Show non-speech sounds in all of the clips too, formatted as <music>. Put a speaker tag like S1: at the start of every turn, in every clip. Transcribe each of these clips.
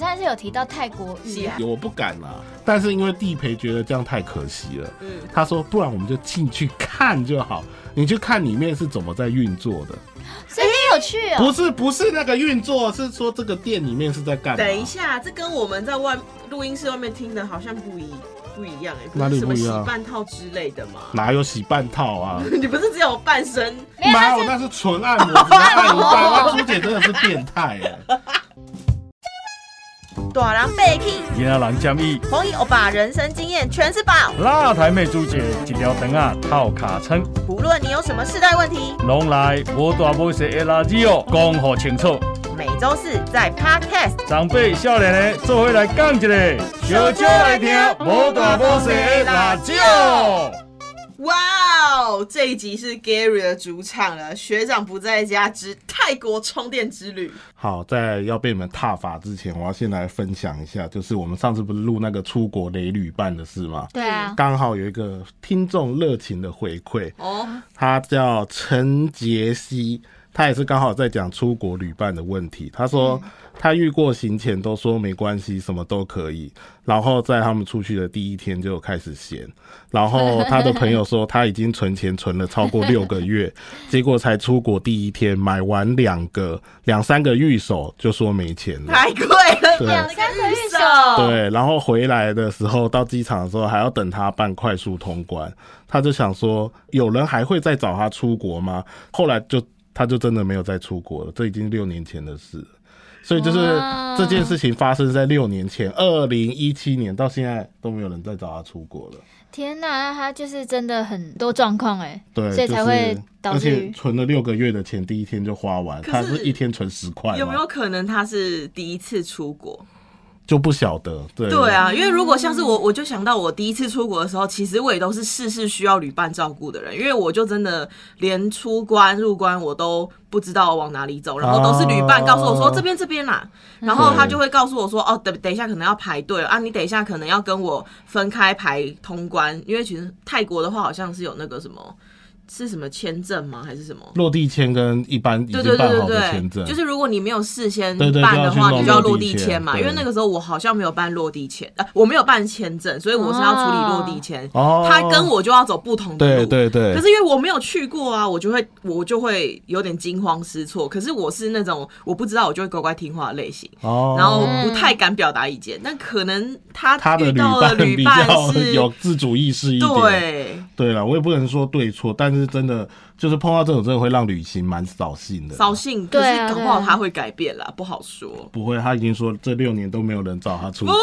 S1: 但是有提到泰国语啊，
S2: 我不敢啦、但是因为地陪觉得这样太可惜了，
S3: 嗯
S2: 他说不然我们就进去看就好，你去看里面是怎么在运作的，
S1: 所以你有去哦、
S2: 不是不是那个运作，是说这个店里面是在干嘛？
S3: 等一下，这跟我们在外录音室外面听的好像不一不一样哎、
S2: 哪
S3: 不是
S2: 里
S3: 什
S2: 不
S3: 么
S2: 一
S3: 洗
S2: 样
S3: 半套之类的吗？
S2: 哪有洗半套啊？
S3: <laughs> 你不是只有半身？
S1: 没有，
S2: 妈，
S1: 他
S2: 我
S1: 是
S2: 那是纯按摩，只是按一半。那朱姐真的是变态
S1: <laughs>
S2: 哎！
S3: 短郎被 king，
S4: 今仔人建议，
S3: 红衣欧巴人生经验全是宝，
S4: 那台妹主姐一条肠啊套卡称，
S3: 不论你有什么世代问题，
S4: 拢来无大无小的垃圾哦，讲好清楚。
S3: 每周四在 Podcast。
S4: 长辈少年的做伙来讲一个，
S3: 小酒来听无大无小的辣椒。哇哦，这一集是 Gary 的主场了，学长不在家之泰国充电之旅。
S2: 好，在要被你们踏法之前，我要先来分享一下，就是我们上次不是录那个出国雷旅伴的事吗？
S1: 对啊，
S2: 刚好有一个听众热情的回馈，
S3: 哦，
S2: 他叫陈杰西，他也是刚好在讲出国旅伴的问题。他说他遇过行前都说没关系，什么都可以，然后在他们出去的第一天就开始闲。然后他的朋友说他已经存钱存了超过六个月，结果才出国第一天买完两个两三个玉手就说没钱了。
S3: 太贵了，
S2: 对啊
S1: 两三个
S3: 玉
S1: 玉
S3: 手
S1: 手，
S2: 对，然后回来的时候，到机场的时候还要等他办快速通关，他就想说，有人还会再找他出国吗？后来就他就真的没有再出国了，这已经六年前的事了。所以就是
S3: 啊
S1: 哇
S2: 这件事情发生在六年前，二零一七年到现在都没有人再找他出国了。
S1: 天哪，那他就是真的很多状况哎，
S2: 对，
S1: 所以才会
S2: 就是
S1: 导
S2: 而
S1: 致
S2: 且
S1: 于
S2: 存了六个月的钱，第一天就花完，
S3: 可是
S2: 他是一天存十块吗，
S3: 有没有可能他是第一次出国？
S2: 就不晓得？对
S3: 对，啊，因为如果像是我，我就想到我第一次出国的时候，其实我也都是事事需要旅伴照顾的人，因为我就真的连出关入关我都不知道往哪里走，然后都是旅伴告诉我说
S2: 哦
S3: 这边这边啦，然后他就会告诉我说哦，等等一下可能要排队啊，你等一下可能要跟我分开排通关，因为其实泰国的话好像是有那个什么是什么签证吗？还是什么？
S2: 落地签跟一般已
S3: 对
S2: 经
S3: 对对
S2: 办好
S3: 对
S2: 的签
S3: 对，
S2: 证，
S3: 就是如果你没有事先
S2: 对对
S3: 办的话，
S2: 就要去弄
S3: 你就要
S2: 落
S3: 落
S2: 地
S3: 地
S2: 签
S3: 签嘛。
S2: 对
S3: 因为那个时候我好像没有办落地签，呃，我没有办签证，所以我是要处理落地签。
S2: 哦
S3: 他跟我就要走不同的
S2: 对
S3: 路。
S2: 对对，
S3: 可是因为我没有去过啊，我就会我就会有点惊慌失措。可是我是那种我不知道，我就会乖乖听话的类型，
S2: 哦，
S3: 然后不太敢表达意见。但可能他
S2: 他的
S3: 遇
S2: 旅
S3: 到
S2: 伴
S3: 的
S2: 比
S3: 旅伴
S2: 较
S3: 是
S2: <laughs> 有自主意识一点。
S3: 对
S2: 对了，我也不能说对错，但是真的就是碰到这种，真的会让旅行蛮扫兴的。
S3: 扫兴，可
S1: 对
S3: 是
S1: 啊
S3: 搞不
S1: 对
S3: 好
S1: 啊
S3: 他会改变啦，不好说。
S2: 不会，他已经说这六年都没有人找他出国，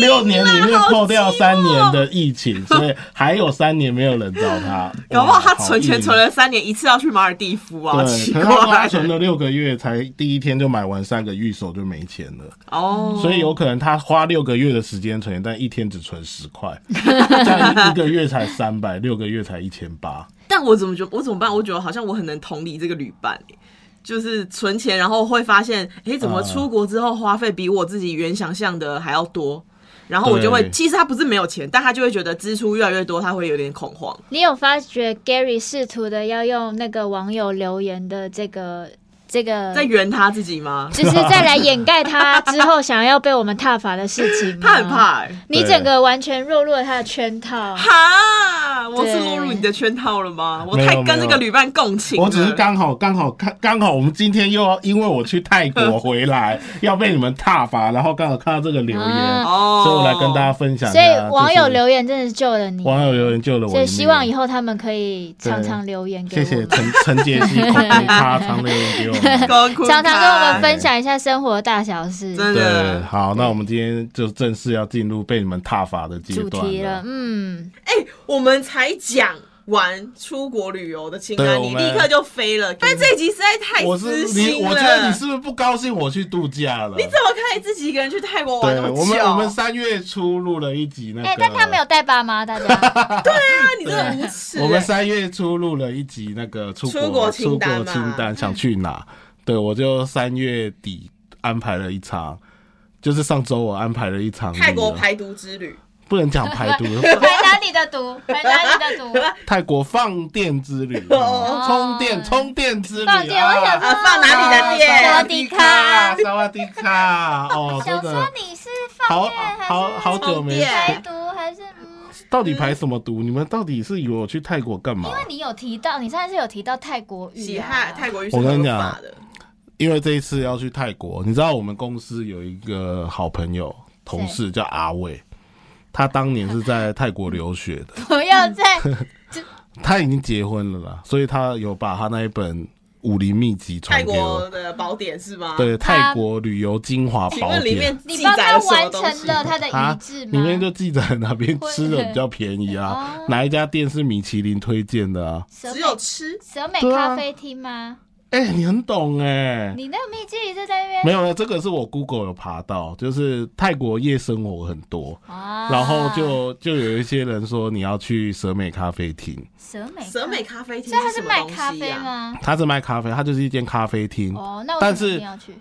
S2: 六年里面扣掉三年的疫情，所以还有三年没有人找他。
S3: <laughs> 搞不好他
S2: 哇
S3: 存钱存。
S2: 好硬
S3: 了三年，一次要去马尔蒂夫啊，
S2: 对，
S3: 奇
S2: 可是他说他
S3: 怪。
S2: 存了六个月，才第一天就买完三个预售就没钱了，
S3: <laughs> 哦，
S2: 所以有可能他花六个月的时间存钱，但一天只存十块， <laughs> 这样一个月才三百，六个月才一千八。
S3: 但我怎么觉我怎么办？我觉得好像我很能同理这个旅伴、欸就是存钱，然后会发现，哎、怎么
S2: 嗯
S3: 出国之后花费比我自己原想象的还要多？然后我就
S2: 对
S3: 会，其实他不是没有钱，但他就会觉得支出越来越多，他会有点恐慌。
S1: 你有发觉 Gary 试图的要用那个网友留言的这个这个
S3: 在，圆他自己吗？
S1: 就是再来掩盖他之后想要被我们踏伐的事情吗，
S3: <laughs> 他很怕、欸，
S1: 你整个完全落入了他的圈套。
S3: 哈，我是
S1: 对
S3: 落入你的圈套了吗？我
S2: 没有
S3: 太跟
S2: 没
S3: 这
S2: 有
S3: 个旅伴共情了。
S2: 我只是刚好刚好看刚好我们今天又要因为我去
S1: <laughs>
S2: 泰国回来要被你们踏伐，然后刚好看到这个留言，
S1: 啊哦
S3: 哦，
S2: 所以我来跟大家分享一
S1: 所
S2: 下。
S1: 以网友
S2: 啊就是
S1: 留言真的是救了你，
S2: 网友留言救了我一
S1: 所
S2: 命，
S1: 以希望以后他们可以常常留言给
S2: 谢
S1: 我
S2: 谢
S1: 们，
S2: 陈陈杰西孔姑他常留言给我们。
S1: 常常跟我们
S2: 分
S1: 分享一下生活大小事
S3: 真
S2: 对，
S3: 的
S2: 好，那我们今天就正式要进入被你们踏伐的阶
S1: 主
S2: 段
S1: 题了。。嗯，
S3: 哎我们才讲完出国旅游的清
S2: 对
S3: 单，
S2: 我
S3: 你
S2: 们
S3: 立刻就飞了。但这一集实在太
S2: 我是
S3: 私
S2: 你，
S3: 心了，
S2: 我觉得你是不是不高兴我去度假了？
S3: 你怎么可以自己一个人去泰国玩
S2: 对
S3: 那么久？
S2: 我们我们三月初录了一集那个，
S1: 哎，但他没有带爸妈，大
S3: <laughs>
S1: 家
S3: 那你真的无耻欸、
S2: 我们三月初录了一集那个出国
S3: 出国清单
S2: 出国
S3: 嘛
S2: 清单想去哪？对，我就三月底安排了一场，就是上周我安排了一场
S3: 泰国
S2: 旅游
S3: 排毒之旅，
S2: 不能讲排毒，
S1: 回哪里的毒？回哪里
S3: <laughs>
S1: 的毒？
S2: 泰国放电之旅，哦充电充电之旅啊，
S1: 放电我想说
S3: 啊，放哪里的
S1: 萨
S3: 电
S1: 瓦？迪卡
S2: 萨瓦迪卡，哦，真
S1: 想
S2: 的
S1: 说，你是
S2: 好
S1: 放电
S2: 好
S1: 还
S2: 好久没
S3: 充电
S1: 是排
S2: 去，
S1: 毒还是？嗯
S2: 到底排什么毒？你们到底是以为我去泰国干嘛
S1: 因？为你有提到，你上次有提到泰国语、啊，
S3: 喜害泰国浴是
S2: 我
S3: 合
S2: 跟你讲
S3: 法的，
S2: 因为这一次要去泰国，你知道我们公司有一个好朋友同事叫阿伟，他当年是在泰国留学的，
S1: 不要再
S3: 嗯
S2: 他已经结婚了啦，所以他有把他那一本武林秘籍传
S3: 泰
S2: 给我
S3: 国。的宝典是吗？，
S2: 对
S1: 他
S2: 泰国旅游精华
S3: 啊请
S2: 宝
S3: 问里
S2: 典
S3: 面，
S1: 你
S3: 记
S1: 帮
S3: 载
S1: 他
S3: 了什么
S1: 完
S3: 东西
S1: 成？了他的
S2: 啊
S1: 遗志吗？
S2: 里面就记载哪边
S1: 会
S2: 吃的比较便宜啊
S1: 哦，
S2: 哪一家店是米其林推荐的啊？
S1: 蛇
S3: 只
S1: 美
S3: 有吃，
S1: 蛇美
S2: 对啊
S1: 咖啡厅吗？
S2: 哎、你很懂哎、
S1: 你那个秘籍就在那
S2: <laughs> 没
S1: 边
S2: 有了，这个是我 Google 有爬到，就是泰国夜生活很多，
S1: 啊
S2: 然后就就有一些人说你要去蛇美咖啡厅，
S1: 蛇美哎咖
S3: 蛇美，咖啡厅
S1: 所以他
S3: 是
S1: 是
S3: 什么
S1: 卖
S3: 东西
S1: 咖啡
S3: 呀？
S1: 吗？
S2: 它是卖咖啡，它就是一间咖啡厅。
S1: 哦，那
S2: 嗯但
S1: 我
S2: 是
S1: 一定要去。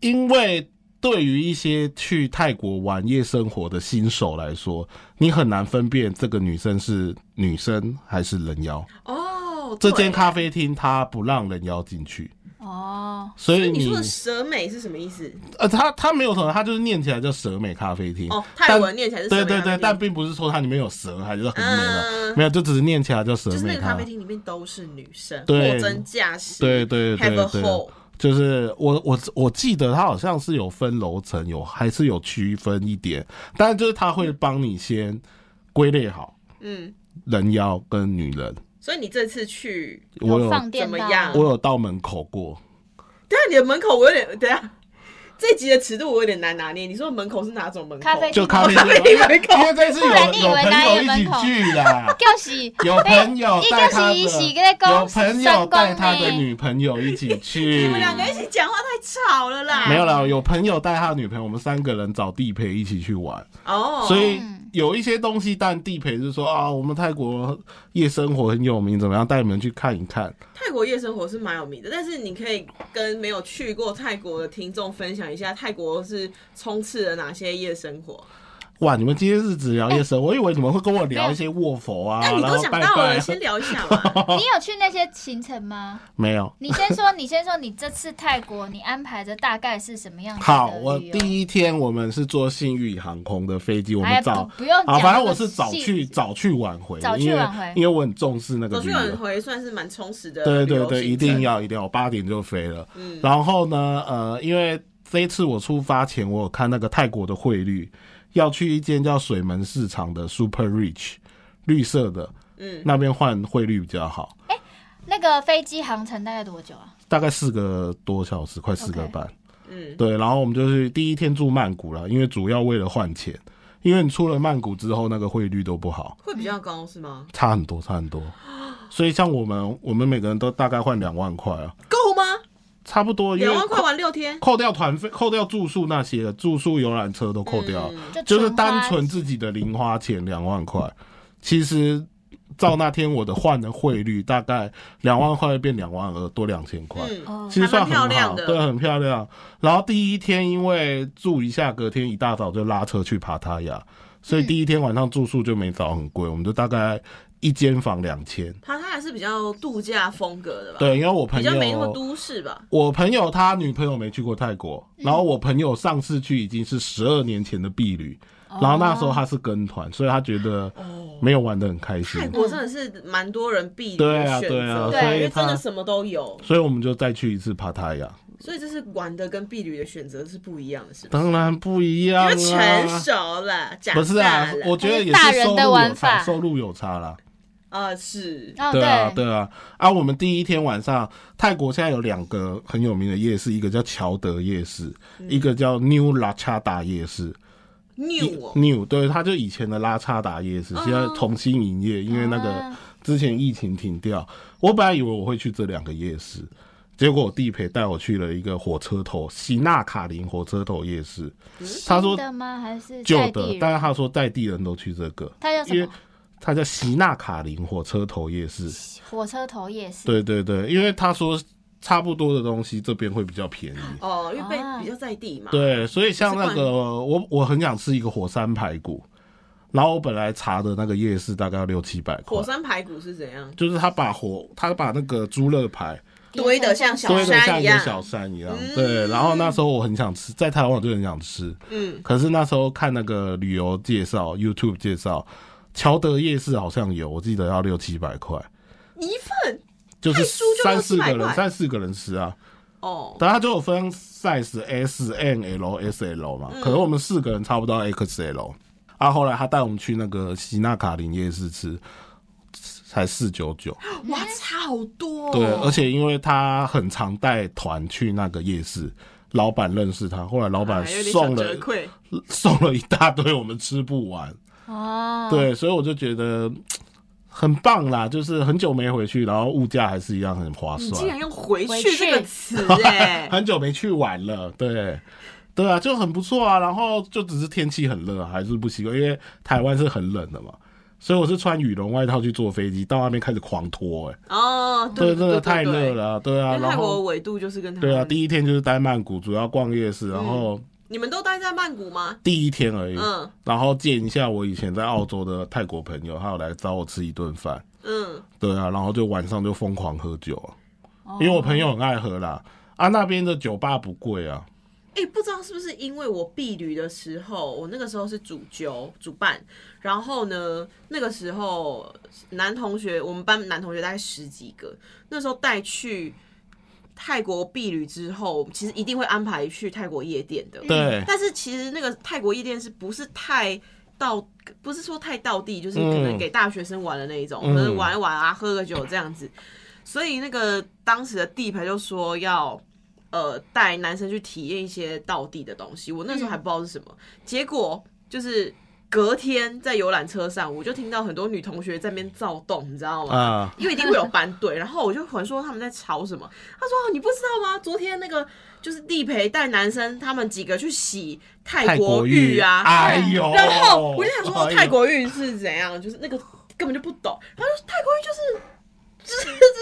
S2: 因为对于一些去泰国玩夜生活的新手来说，你很难分辨这个女生是女生还是人妖。
S3: 哦，
S2: 这
S3: 对
S2: 间咖啡厅它不让人妖进去，
S1: 哦，
S2: 所以
S3: 哎你
S2: 你
S3: 说的蛇美是什么意思？
S2: 呃，它它没有什么，它就是念起来叫蛇美咖啡厅。
S3: 哦，泰文念起来是蛇美
S2: 对
S3: 咖
S2: 对
S3: 啡
S2: 对，
S3: 厅
S2: 但并不是说它里面有蛇，还是很美的，
S3: 嗯
S2: <laughs> 没有，就只是念起来叫蛇
S3: 就是那
S2: 美
S3: 个咖
S2: 咖
S3: 啡。厅里面都是女生，
S2: 对
S3: 货真价实，
S2: 对对对
S3: h a v e
S2: 对
S3: a hole，
S2: 就是我我我记得它好像是有分楼层，有还是有区分一点，但就是它会帮你先归类好
S3: 嗯，
S2: 人妖跟女人。
S3: 所以你这次去，
S2: 我有
S1: 放电啊
S3: 怎么
S1: 到
S3: 样
S2: 我有到门口过，
S3: 等啊一下你的门口我有点，等一下这集的尺度我有点难拿捏。你说门口是哪种门口？
S1: 咖啡
S2: 就咖啡
S3: 哎咖啡厅门
S2: 厅
S3: 口
S2: 因为这次有
S1: 不然你以
S2: 有
S1: 为
S2: 朋
S1: 哪
S2: 友
S1: 有
S2: 一
S1: 门
S2: 起
S1: 口
S2: 去啦。 <laughs>
S1: 就是
S2: 有朋友带他的，
S1: 一个是一起在讲
S2: 有朋友带他
S1: 三公呢
S2: 的女朋友一起去。
S3: 你们两个一起啊讲话太吵了啦。
S2: 没有啦，有朋友带他的女朋友，我们三个人找地陪一起去玩，
S3: 哦，
S2: 所以有一些东西，但地陪是说啊，我们泰国夜生活很有名，怎么样带你们去看一看？
S3: 泰国夜生活是蛮有名的，但是你可以跟没有去过泰国的听众分享一下，泰国是充斥了哪些夜生活。
S2: 哇，你们今天是只聊夜
S1: 哎
S2: 生活，我以为你们会跟我聊一些卧佛啊，
S3: 哎那你
S2: 然
S3: 都
S2: 后
S3: 讲
S2: 拜
S3: 到了，
S2: 拜
S3: 你
S2: 啊，
S3: 先聊一下
S2: <laughs>
S3: 嘛。
S2: 哦
S1: 你有去那些行程吗？
S2: 没有。
S1: 你先说，你先说，你这次泰国你安排的大概是什么样子的
S2: 好，我
S1: 旅游
S2: 第一天我们是坐信誉航空的飞机，我
S1: 哎呀
S2: 们早
S1: 不不用
S2: 啊，
S1: 讲
S2: 反正
S1: 那
S2: 我
S1: 个
S2: 是早
S1: 细
S2: 去
S1: 节
S2: 早去晚回，
S1: 早去
S2: 因为
S1: 晚回
S2: 因为我很重视那个
S3: 走去
S2: 旅
S3: 晚
S2: 游。
S3: 回算是蛮充实的，
S2: 对对对，一定。要一定要，我八点就飞了。
S3: 嗯
S2: 然后呢，呃，因为这一次我出发前，我有看那个泰国的汇率，要去一间叫水门市场的 Super Rich 绿色的，
S3: 嗯，
S2: 那边换汇率比较好，
S1: 那个飞机航程大概多久啊？
S2: 大概四个多小时，快四个
S1: OK
S2: 半。
S3: 嗯，
S2: 对，然后我们就是第一天住曼谷了，因为主要为了换钱，因为你出了曼谷之后，那个汇率都不好，
S3: 会比较高是吗？
S2: 差很多，差很多。所以像我们，我们每个人都大概换两万块啊，
S3: 够吗？
S2: 差不多，因
S3: 两
S2: 为
S3: 万块
S2: 扣
S3: 啊玩六天，
S2: 扣掉团费、扣掉住宿那些的，住宿、游览车都扣掉，
S3: 嗯
S1: 就
S2: 就是
S1: 纯花
S2: 单纯自己的零花钱两万块。其实照那天我的换的汇率，大概两万块变两万二，多两千块。
S3: 嗯，
S1: 哦
S2: 其实算很
S3: 还蛮漂
S2: 好，
S3: 亮的
S2: 对，很漂亮。然后第一天因为住一下，隔天一大早就拉车去帕塔亚，
S3: 嗯
S2: 所以第一天晚上住宿就没找很贵，我们就大概一间房两千。
S3: 它它还是比较度假风格的吧？，
S2: 对，因为我朋
S3: 比较没那么
S2: 友，
S3: 都市吧？
S2: 我朋友他女朋友没去过泰国，
S1: 嗯
S2: 然后我朋友上次去已经是十二年前的婢旅，
S1: 哦
S2: 然后那时候他是跟团，所以他觉得没有玩的很开心
S3: 泰。国真的是蛮多人必
S2: 对
S3: 的
S2: 啊
S3: 选
S2: 对啊
S3: 择，
S1: 所以
S3: 因为真
S2: 它
S3: 的什么都有，
S2: 所以我们就再去一次帕塔亚，
S3: 所以这是玩的跟避旅的选择是不一样的，是吧？
S2: 当然不一样
S3: 因
S2: 啊
S3: 为，成熟了，长
S2: 不是
S3: 大
S2: 啊，
S3: 了，
S2: 我觉得也
S1: 大
S2: 是
S1: 人
S2: 收
S1: 的
S2: 入有
S1: 玩法
S2: 差，收入有差啦。
S3: 啊是，
S1: 哦，
S2: 对啊，
S1: 对，
S2: 对啊，啊，我们第一天晚上，泰国现在有两个很有名的夜市，一个叫乔德夜市，
S1: 嗯
S2: 一个叫 New 拉恰达夜市。
S3: new 哦，
S2: New 对，它就以前的拉恰达夜市，现在重新营业，因为那个
S1: 哦啊
S2: 之前疫情停掉。我本来以为我会去这两个夜市，结果我弟陪带我去了一个火车头喜纳卡林火车头夜市，
S1: 嗯
S2: 他
S1: 新
S2: 说
S1: 的吗？还是
S2: 旧
S1: 在地
S2: 的，
S1: 人
S2: 但是他说在地人都去这个，
S1: 它叫什
S2: 因为
S1: 么？
S2: 它叫喜纳卡林火车头夜市。
S1: 火车头夜市。
S2: 对对对，因为他说差不多的东西这边会比较便宜。
S3: 哦，因为被
S1: 啊
S2: 哦
S3: 比较在地嘛，
S2: 对，所以像那
S3: 是
S2: 个我我很想吃一个火山排骨，然后我本来查的那个夜市大概要六七百块
S3: 火，山排骨是怎样？
S2: 就是他把火，他把那个猪肋排
S3: 堆得像小
S2: 堆的
S3: 山
S2: 像
S3: 一
S2: 一个
S3: 样
S2: 小山一样，对。然后那时候我很想吃，在台湾我就很想吃，
S3: 嗯，
S2: 可是那时候看那个旅游介绍、YouTube 介绍，乔德夜市好像有，我记得要六七百块，
S3: 一份
S2: 就是
S3: 太舒就
S2: 三四个
S3: 600-700
S2: 人，
S3: 块
S2: 三四个人吃啊。
S3: 哦，
S2: 但它就有分 size S、M、L、S、L 嘛，
S3: 嗯
S2: 可是我们四个人差不多 X、L。啊，后来他带我们去那个西纳卡林夜市吃，才四九九。
S3: 哇，差好多、哦。
S2: 对，而且因为他很常带团去那个夜市，老板认识他，后来老板
S3: 哎有点
S2: 送
S3: 小
S2: 了
S3: 折馈，
S2: 送了一大堆，我们吃不完。
S1: 哦，，
S3: 嗯
S2: <laughs> 对，所以我就觉得很棒啦，就是很久没回去，然后物价还是一样很划
S3: 你竟然
S2: 算，
S3: 用“回
S1: 回
S3: 去”这个
S1: 去
S3: 词哎、
S2: <laughs> 很久没去玩了，对。对啊，就很不错啊。然后就只是天气很热，啊还是不习惯，因为台湾是很冷的嘛，所以我是穿羽绒外套去坐飞机，到那边开始狂脱、欸，哎，
S3: 哦，
S2: 对，
S3: 对，
S2: 真
S3: 对
S2: 的太热。了啊、对
S3: 对
S2: 啊。
S3: 因为
S2: 然
S3: 泰国的
S2: 后
S3: 纬度就是跟台
S2: 对啊，
S3: 湾
S2: 第一天就是待曼谷，主要逛夜市，然后
S3: 你们都待在曼谷吗？
S2: 第一天而已，
S3: 嗯
S2: 然后见一下我以前在澳洲的泰国朋友，他有来找我吃一顿饭，
S3: 嗯，
S2: 对啊，然后就晚上就疯狂喝酒啊、
S3: 哦
S2: 因为我
S1: 哦
S2: 朋友很爱喝啦。啊，那边的酒吧不贵啊，
S3: 哎、不知道是不是因为我避旅的时候，我那个时候是主揪主办，然后呢，那个时候男同学，我们班男同学大概十几个，那时候带去。泰国避旅之后，其实一定会安排去泰国夜店的。
S2: 对
S3: 但是其实那个泰国夜店是不是太到，不是说太到地，就是
S2: 嗯
S3: 可能给大学生玩的那一种，
S2: 嗯
S3: 可能玩一玩啊，喝个酒这样子。所以那个当时的地陪就说要。呃，带男生去体验一些道地的东西，我那时候还不知道是什么。结果就是隔天在游览车上，我就听到很多女同学在那边躁动，你知道吗？
S2: 啊，
S3: 因为一定会有班队，然后我就还说他们在吵什么。他说、哦、你不知道吗？昨天那个就是地陪带男生他们几个去洗泰国浴啊，
S2: 哎呦，
S3: 然后我就想说
S2: 哎呦
S3: 泰国浴是怎样，就是那个根本就不懂。他说泰国浴就是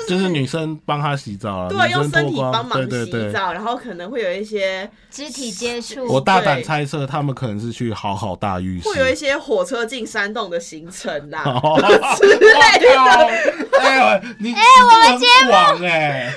S2: 就是女生帮他洗澡啊，
S3: 对
S2: 女
S3: 用
S2: 生
S3: 身
S2: 脱
S3: 体
S2: 光
S3: 帮忙
S2: 对
S3: 洗澡，
S2: 对对。
S3: 然后可能会有一些
S1: 肢体接触，
S2: 我大胆
S3: 对
S2: 猜测，他们可能是去好好大浴室。
S3: 会
S2: <laughs>
S3: 有一些火车进山洞的行程啊啦。
S2: 哦
S3: 之类的，
S2: 哎呦，你哎，我们很广哎，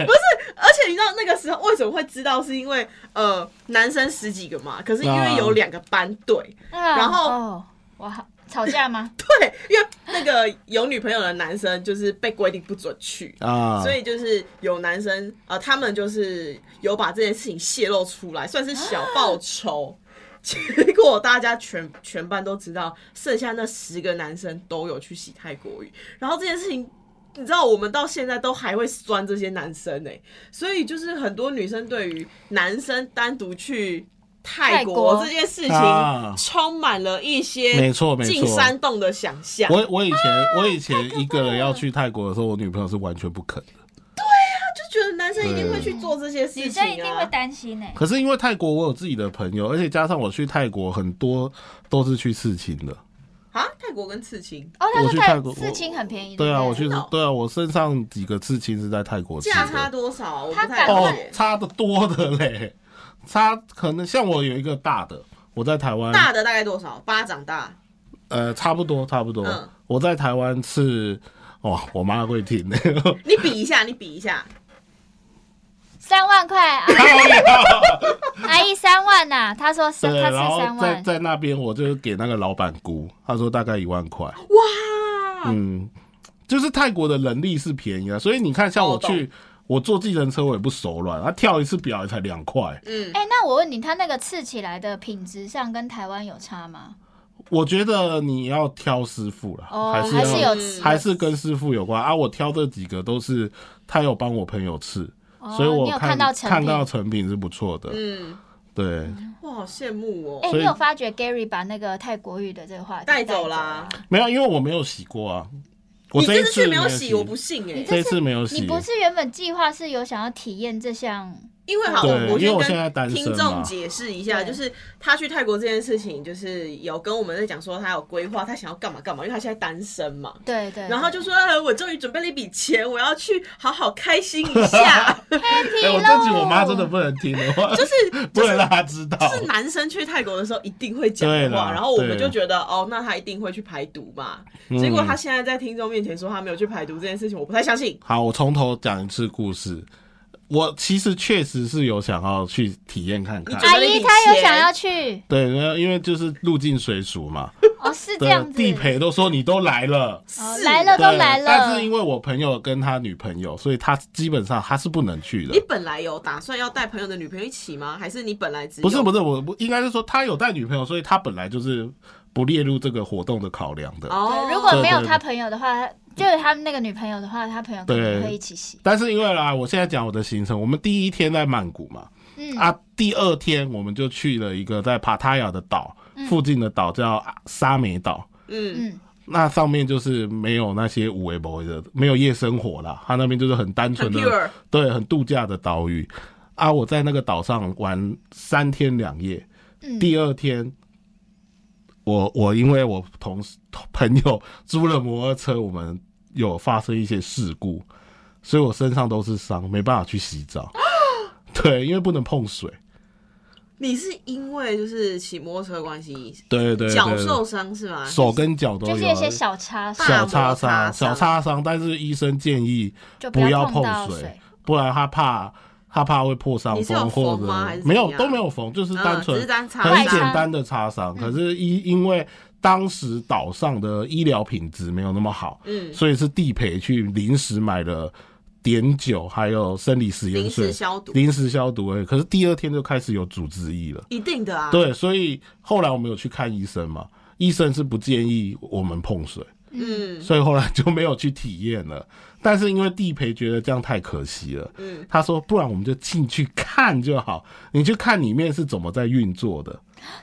S3: 而且你知道那个时候为什么会知道，是因为呃男生十几个嘛，可是因为有两个班队，
S1: 啊
S3: 然后
S1: 哦哇，吵架
S2: <laughs>
S1: 吗？
S3: <laughs> 对，因为那个有女朋友的男生就是被规定不准去，
S2: 啊，
S3: 所以就是有男生呃，他们就是有把这件事情泄露出来，算是小报仇。结果大家全全班都知道，剩下那十个男生都有去洗泰国语，然后这件事情。你知道我们到现在都还会酸这些男生呢、欸所以就是很多女生对于男生单独去泰
S1: 泰国
S3: 国这件事
S2: 啊
S3: 情，充满了一些
S2: 没错没错
S3: 进山洞的想象。
S2: 我我以
S3: 啊
S2: 前我以前一个人要去泰国的时候，我女朋友是完全不肯的。
S3: 就觉得男生一定会去做这些
S1: 女
S3: 事情、啊，
S1: 生一定会担心呢、
S2: 可是因为泰国我有自己的朋友，而且加上我去泰国很多都是去刺青的。
S3: 啊，泰国跟刺青
S1: 哦，他
S2: 我
S1: 说
S2: 去
S1: 在
S2: 泰国
S1: 刺青很便宜，
S2: 对啊，
S1: 不
S2: 我去
S3: 真的哦
S2: 对啊，我身上几个刺青是在泰国刺
S3: 价差
S2: 的，
S3: 多少啊？我不
S1: 他敢
S3: 太了
S2: 哦
S1: 问
S3: 解，
S2: 差的多的嘞，差可能像我有一个大的，我在台湾
S3: 大的大概多少？巴掌大，
S2: 呃差不多差不多
S3: 嗯，
S2: 我在台湾是哇，我妈会听的，
S3: 你比一下，你比一下，
S1: 三万
S2: <laughs>
S1: 块，啊阿姨三万呐、他说三，
S2: 对，
S1: 他
S2: 然
S1: 吃
S2: 后
S1: 三
S2: 在
S1: 万，
S2: 在那边我就给那个老板估，他说大概一万块，
S3: 哇，
S2: 嗯，就是泰国的人力是便宜啊，所以你看，像我
S3: 哦
S2: 去，我坐计程车我也不手软，他啊跳一次表也才两块。
S3: 嗯，
S1: 哎、那我问你，他那个刺起来的品质上跟台湾有差吗？
S2: 我觉得你要挑师傅啦，
S1: 哦，
S2: 还
S1: 还
S2: 是
S1: 是
S2: 要
S1: 有
S2: 还是跟师傅有关啊。我挑这几个都是他有帮我朋友刺，
S1: 哦
S2: 所以我
S1: 你有
S2: 看
S1: 看到成品
S2: 看到成品是不错的。
S3: 嗯，
S2: 对，
S3: 哇，好羡慕
S1: 哎、
S3: 哦，
S2: 所以
S1: 你有发觉 Gary 把那个泰国语的这个话题
S3: 带走
S1: 走啊
S3: 啦
S1: 啦？。
S2: 没有，因为我没有洗过啊。我
S3: 你
S2: 这一
S3: 这次
S2: 次
S3: 去没
S2: 有
S3: 洗，我不信哎、
S1: 你
S2: 这一次没有洗
S1: 你，不是原本计划是有想要体验这项
S3: 因因为好，我
S2: 对因为
S3: 先
S2: 我现在单
S3: 跟
S2: 身
S3: 听
S2: 嘛
S3: 众解释一下，
S1: 对
S3: 就是他去泰国这件事情，就是有跟我们在讲说他有规划，他想要干嘛干嘛，因为他现在单身嘛。
S1: 对对，
S3: 然后就说，呃我终于准备了一笔钱，我要去好好开心一下。
S2: <laughs> 哎、我这集我妈真的不能听的话，
S3: 就是
S2: 不能让她知道。
S3: 是男生去泰国的时候一定会讲
S2: 哦对
S3: 的
S2: 啦
S3: 话，然后我们
S2: 对嗯
S3: 就觉得哦，那他一定会去排毒嘛。结果他现在在听众面前说他没有去排毒这件事情，我不太相信。
S2: 好，我从头讲一次故事。我其实确实是有想要去体验看看
S3: 你，
S1: 阿姨她有想要去
S2: 对，因为因为就是入境水俗嘛， <laughs>
S1: 哦，是这
S2: 对
S1: 样，子，
S2: 地陪都说你都来了，
S1: 哦
S3: 是
S1: 来了都
S2: 对
S1: 来了，
S2: 但是因为我朋友跟他女朋友，所以他基本上他是不能去的
S3: 你。本来有打算要带朋友的女朋友一起吗？还是你本来只
S2: 不是不
S3: 是
S2: 是，我我应该是说他有带女朋友，所以他本来就是不列入这个活动的考量的。
S3: 哦？
S1: 对如果没有
S2: 对对
S1: 他朋友的话，就是他那个女朋友的话，他朋友可能会一起洗。
S2: 但是因为啦，我现在讲我的行程，我们第一天在曼谷嘛，
S1: 嗯，
S2: 啊，第二天我们就去了一个在帕塔亚的岛附近的岛，叫沙美岛。
S3: 嗯，
S1: 嗯，
S2: 那上面就是没有那些五维博的，没有夜生活啦，它那边就是很单纯
S3: 很
S2: 的，
S3: pure，
S2: 对，很度假的岛屿。啊，我在那个岛上玩三天两夜，
S1: 嗯
S2: 第二天。我我因为我同事朋友租了摩托车，我们有发生一些事故，所以我身上都是伤，没办法去洗
S3: <gasps>
S2: 澡。对，因为不能碰水。
S3: 你是因为就是骑摩托车的关系
S2: 对对对，
S3: 脚
S2: 对
S3: 受伤是吗？
S2: 手跟脚都有
S1: 就是一些小擦伤，
S2: 啊小擦
S3: 大摩擦伤
S2: 小擦伤，但是医生建议
S1: 就
S2: 不要
S1: 碰
S2: 碰
S1: 到
S2: 水， <laughs> 不然他怕他怕会破伤
S3: 你是有
S2: 风或
S3: 缝
S2: 者
S3: 吗还是怎
S2: 没有
S3: 样
S2: 都没有缝，就是
S3: 嗯
S2: 单纯、
S3: 只是单擦
S2: 很
S1: 外
S2: 简
S1: 伤
S2: 单的擦
S3: 嗯
S2: 伤。可是因因为当时岛上的医疗品质没有那么好，
S3: 嗯，
S2: 所以是地陪去临时买了碘酒，还有生理食盐
S3: 临
S2: 水
S3: 时，消毒
S2: 临时消毒而已。可是第二天就开始有组织液了。
S3: 一定的啊。
S2: 对，所以后来我们有去看医生嘛，医生是不建议我们碰水，
S3: 嗯
S2: 所以后来就没有去体验了。但是因为地陪觉得这样太可惜了，
S3: 嗯，
S2: 他说不然我们就进去看就好，你去看里面是怎么在运作的，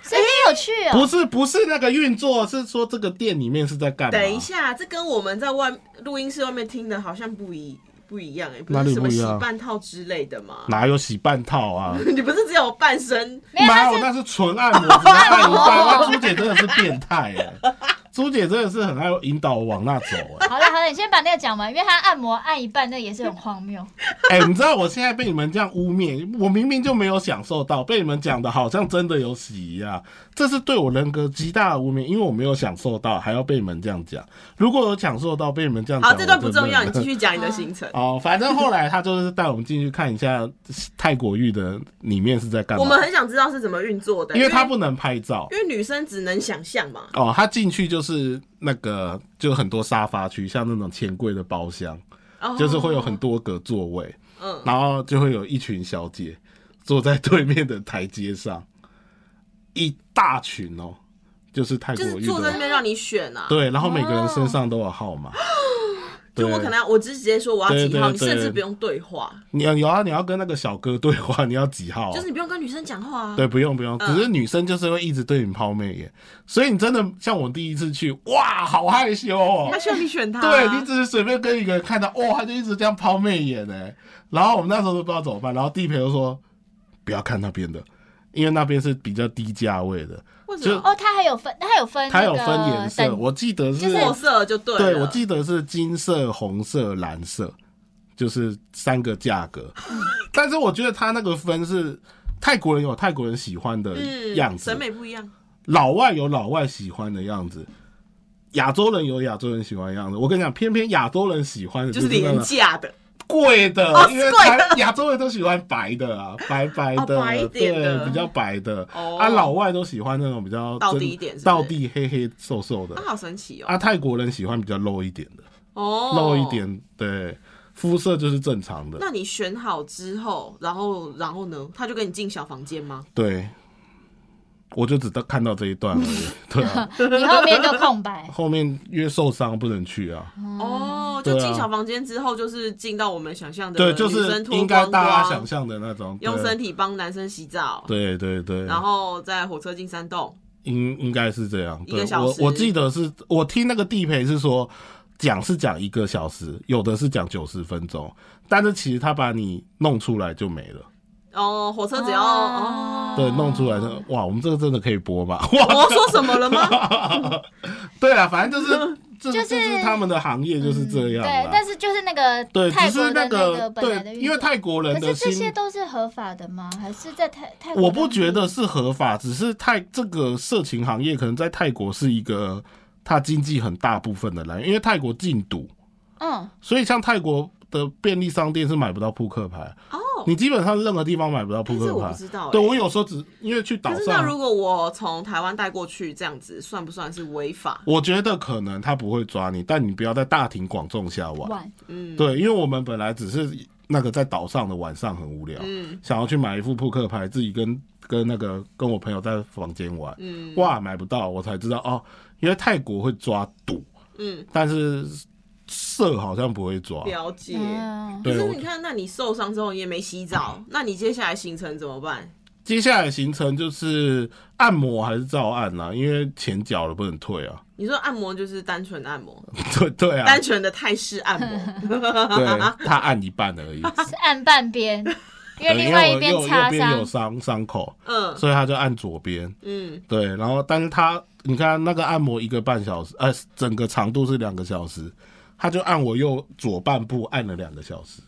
S1: 所以你有去
S2: 不
S1: 哦。
S2: 是不是那个运作，是说这个店里面是在干嘛？
S3: 等一下，这跟我们在外录音室外面听的好像不一不一样哎、不
S2: 哪里
S3: 是什么
S2: 不一
S3: 洗
S2: 样
S3: 半套之类的吗？ <laughs>
S2: 哪有洗半套啊？
S3: 你不是只有半身？
S1: 没有，
S2: 哪
S1: 他
S2: 有
S1: 是
S2: 那是纯按摩，只是按一半。那朱姐真的是变态
S3: <laughs> 哦
S2: 哎、朱姐真的是很爱引导我往那走
S1: <laughs>
S2: 哎、
S1: 好了好了，你先把那个讲完，因为他按摩按一半，那也是很荒谬。
S2: <laughs> 哎、你知道我现在被你们这样污蔑，我明明就没有享受到，被你们讲的好像真的有洗一样，这是对我人格极大的污蔑，因为我没有享受到，还要被你们这样讲。如果有享受到，被你们这样讲，
S3: 好，这段不
S2: 我真
S3: 重
S2: 的
S3: 要，你继。
S2: <laughs>
S3: 续讲你的行程。
S2: 哦，反正后来他就是带我们进去看一下泰国浴的里面是在干嘛，
S3: 我们很想知道是怎么运作的，
S2: 因
S3: 因
S2: 为他不能拍照
S3: 因为女生只能想象嘛。
S2: 哦，他进去就是那个就很多沙发区，像那种钱柜的包厢，
S3: 哦
S2: 就是会有很多个座位，
S3: 嗯，
S2: 然后就会有一群小姐坐在对面的台阶上，一大群哦，就是泰国
S3: 就是
S2: 遇
S3: 坐在那
S2: 的，
S3: 边让你选啊。
S2: 对，然后每个人身上都有号码，
S3: <gasps>
S2: 对
S3: 就我可能要我直接说我要几号，
S2: 对对
S3: 你甚
S2: 对
S3: 至不用对话，
S2: 你要有啊，你要跟那个小哥对话，你要几号啊、
S3: 就是你不用跟女生讲话啊。
S2: 对，不用不用，只是女生就是会一直对你抛媚眼，所以你真的像我第一次去，哇，好害羞哦
S3: 他。需要你选他啊。
S2: 对你只是随便跟一个人看到，哇，他就一直这样抛媚眼哎。然后我们那时候都不知道怎么办，然后地陪就说不要看那边的，因为那边是比较低价位的，
S3: 为什么？
S1: 哦，他还有分，他还有分，
S2: 它有分颜色，我记得是，
S3: 墨色就对了。
S2: 对我记得是金色、红色、蓝色，就是三个价格。
S3: 嗯
S2: 但是我觉得它那个分是泰国人有泰国人喜欢的
S3: 嗯，
S2: 样子，
S3: 审美不一样。
S2: 老外有老外喜欢的样子，亚洲人有亚洲人喜欢的样子。我跟你讲，偏偏亚洲人喜欢的
S3: 就是是
S2: 那
S3: 廉
S2: 个
S3: 价的，
S2: 贵的，
S3: 哦是
S2: 因为
S3: 贵的
S2: 台亚洲人都喜欢白的啊，白白的，
S3: 哦白一点的
S2: 对，比较白的。
S3: 哦
S2: 啊，老外都喜欢那种比较
S3: 到
S2: 真
S3: 底一点是不是
S2: 到地黑黑瘦瘦的
S3: 啊，。好神奇哦！
S2: 啊，泰国人喜欢比较露一点的，
S3: 哦，
S2: 露一。点，对，肤色就是正常的。
S3: 那你选好之后，然后然后呢？他就跟你进小房间吗？
S2: 对，我就只看到这一段而已。
S3: <laughs>
S2: 对啊，。
S1: 你后面就空白
S2: 后面因为受伤不能去啊。
S3: 哦，
S2: 对
S3: 就
S2: 啊
S3: 进小房间之后，就是进到我们想象的
S2: 对，就
S3: 女
S2: 是
S3: 生脱
S2: 应该
S3: 光
S2: 大家
S3: 光
S2: 想象的那种，对
S3: 用身体帮男生洗澡，
S2: 对对对，
S3: 然后在火车进山洞，
S2: 应应该是这样。
S3: 一
S2: 对
S3: 个，小
S2: 我
S3: 时
S2: 我记得是我听那个地陪是说，讲是讲一个小时，有的是讲九十分钟，但是其实他把你弄出来就没了。
S3: 哦，火车只要
S1: 啊
S3: 哦，
S2: 对，弄出来的哇，我们这个真的可以播吧？ <laughs>
S3: 我说什么了吗？
S2: 哇，对啊，反正就是这
S1: 就是
S2: 就是他们的行业 <laughs> 就是这样啦
S1: 嗯对，但是就是那个
S2: 对，
S1: 泰
S2: 只
S1: 国
S2: 是
S1: 的
S2: 个
S1: 个本来的
S2: 对，
S1: 运
S2: 因为
S1: 作
S2: 泰国人
S1: 可
S2: 的
S1: 是这
S2: 心
S1: 些都是合法的吗？还是在泰
S3: 嗯
S1: 泰国？
S2: <laughs> 我不觉得是合法，只是泰这个色情行业可能在泰国是一个它经济很大部分的来源，因为泰国禁赌，
S1: 嗯，
S2: 所以像泰国的便利商店是买不到扑克牌，
S3: 哦，
S2: 你基本上任何地方 <laughs> 买不到扑
S3: 但是
S2: 克
S3: 我
S2: 牌
S3: 不。知道欸。
S2: 对我有时候只因为去岛
S3: 可是那
S2: 上，
S3: 如果我从台湾带过去这样子，算不算是违法？
S2: 我觉得可能他不会抓你，但你不要在大庭广众下玩。
S1: 晚
S3: 嗯，，
S2: 对，因为我们本来只是那个在岛上的晚上很无聊，
S3: 嗯
S2: 想要去买一副扑克牌，自己跟跟那个跟我朋友在房间玩，
S3: 嗯
S2: 哇，买不到，我才知道哦，因为泰国会抓赌，
S3: 嗯，啊
S2: 但是色好像不会抓。
S3: 了解。
S1: 嗯
S3: 可
S2: 对，
S3: 是
S2: 我
S3: 你看，那你受伤之后你也没洗澡，那你接下来行程怎么办？
S2: 接下来行程就是按摩还是照按啦、因为钱缴了不能退啊。 <laughs>
S3: 你说按摩就是单纯按摩，
S2: 对对啊
S3: 单，纯的泰式按摩，
S2: 对，他按一半而已，
S1: 是按半
S3: <laughs>
S1: 边，因为
S2: 对
S1: 另外一
S2: 我右右
S1: 擦
S2: 边
S1: 伤
S2: 有。伤伤口，
S3: 嗯
S2: 所以他就按左边。
S3: 嗯，
S2: 对，然后但是他，你看那个按摩一个半小时，呃，整个长度是两个小时，他就按我右左半部按了两个小时。